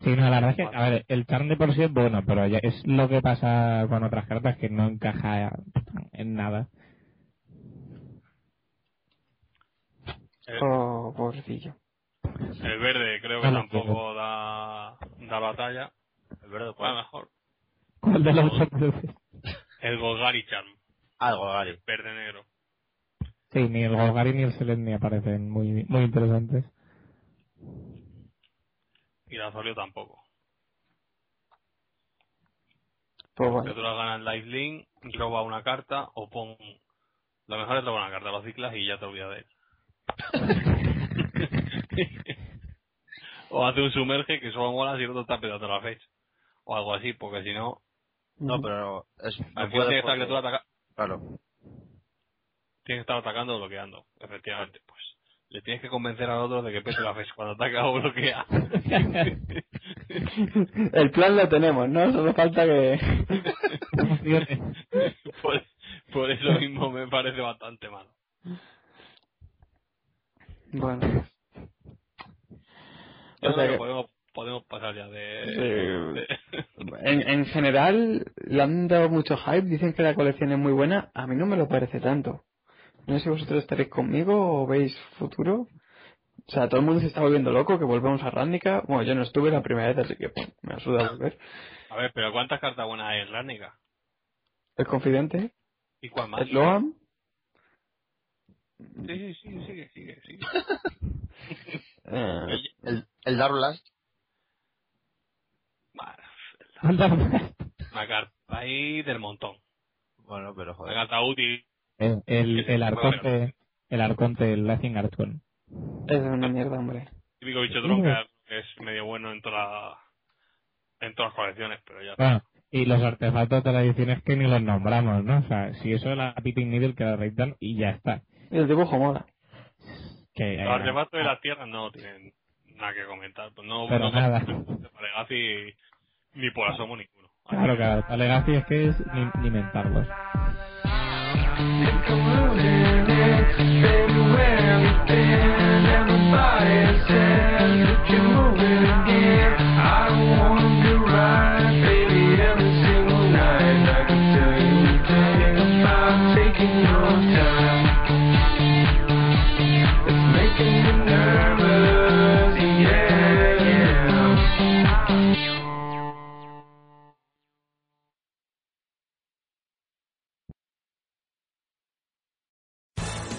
S6: Sí, no, la verdad es que, a ver, el charm de por sí es bueno, pero ya es lo que pasa con otras cartas que no encaja en nada.
S5: Eh,
S2: Oh, pobrecillo.
S5: El verde creo que
S6: Ah, no,
S5: tampoco da, da batalla.
S3: El verde,
S5: A
S3: pues.
S5: lo mejor.
S6: ¿Cuál de los dos?
S5: El Golgari Charm,
S3: Algo, Gary.
S5: verde negro.
S6: Sí, ni el Golgari ni el Selenia parecen muy, muy interesantes.
S5: Y la Azolio tampoco.
S2: Pues
S5: Que
S2: bueno.
S5: tú la ganas Lifelink, roba una carta o pon. Lo mejor es robar una carta, lo ciclas y ya te olvidas de él. o hace un sumerge que solo mola si el otro está pegando la fecha. O algo así, porque si no,
S3: No, pero. Es, no
S5: Al final tiene
S3: puede
S5: que estar
S3: porque-
S5: criatura ataca-
S3: Claro.
S5: tiene que estar atacando o bloqueando, efectivamente. Pues le tienes que convencer al otro de que pese la vez cuando ataca o bloquea.
S2: El plan lo tenemos, ¿no? Solo falta que...
S5: por, por eso mismo me parece bastante malo.
S2: Bueno.
S5: Yo
S2: O sea
S5: creo que
S2: que-
S5: podemos, podemos pasar ya de.
S2: Sí.
S5: de-
S2: En, en general, le han dado mucho hype, dicen que la colección es muy buena, a mí no me lo parece tanto. No sé si vosotros estaréis conmigo o veis futuro. O sea, todo el mundo se está volviendo loco, que volvemos a Randica. Bueno, yo no estuve la primera vez, así que pff, me ayuda a volver.
S5: A ver, pero ¿cuántas cartas buenas hay en Larnica?
S2: El confidente,
S5: ¿Y cuál más?
S2: el Loam,
S5: Sí, sí, sí, sigue, sigue, sigue.
S2: eh,
S5: El-
S3: El, el Dark Blast.
S5: Vale,
S6: Anda.
S5: Una carta ahí del montón.
S3: Bueno, pero
S5: Una
S3: joder.
S5: carta útil.
S6: El, el, el arconte, el arconte, el Lazing Archon.
S2: es una mierda, hombre.
S5: Típico bicho tronca que es medio bueno en todas las- en todas las colecciones, pero ya.
S6: Bueno, y los artefactos de las ediciones que ni los nombramos, ¿no? O sea, si eso es la Pitting Needle que la reitan y ya está.
S2: Y el dibujo mola.
S6: Que, eh,
S5: Los artefactos de las tierras no tienen nada que comentar. Pues no,
S6: Pero
S5: no
S6: nada.
S5: para Legacy ni por asomo ninguno.
S6: Claro, claro, la legacy es que es ni, ni mentarlos.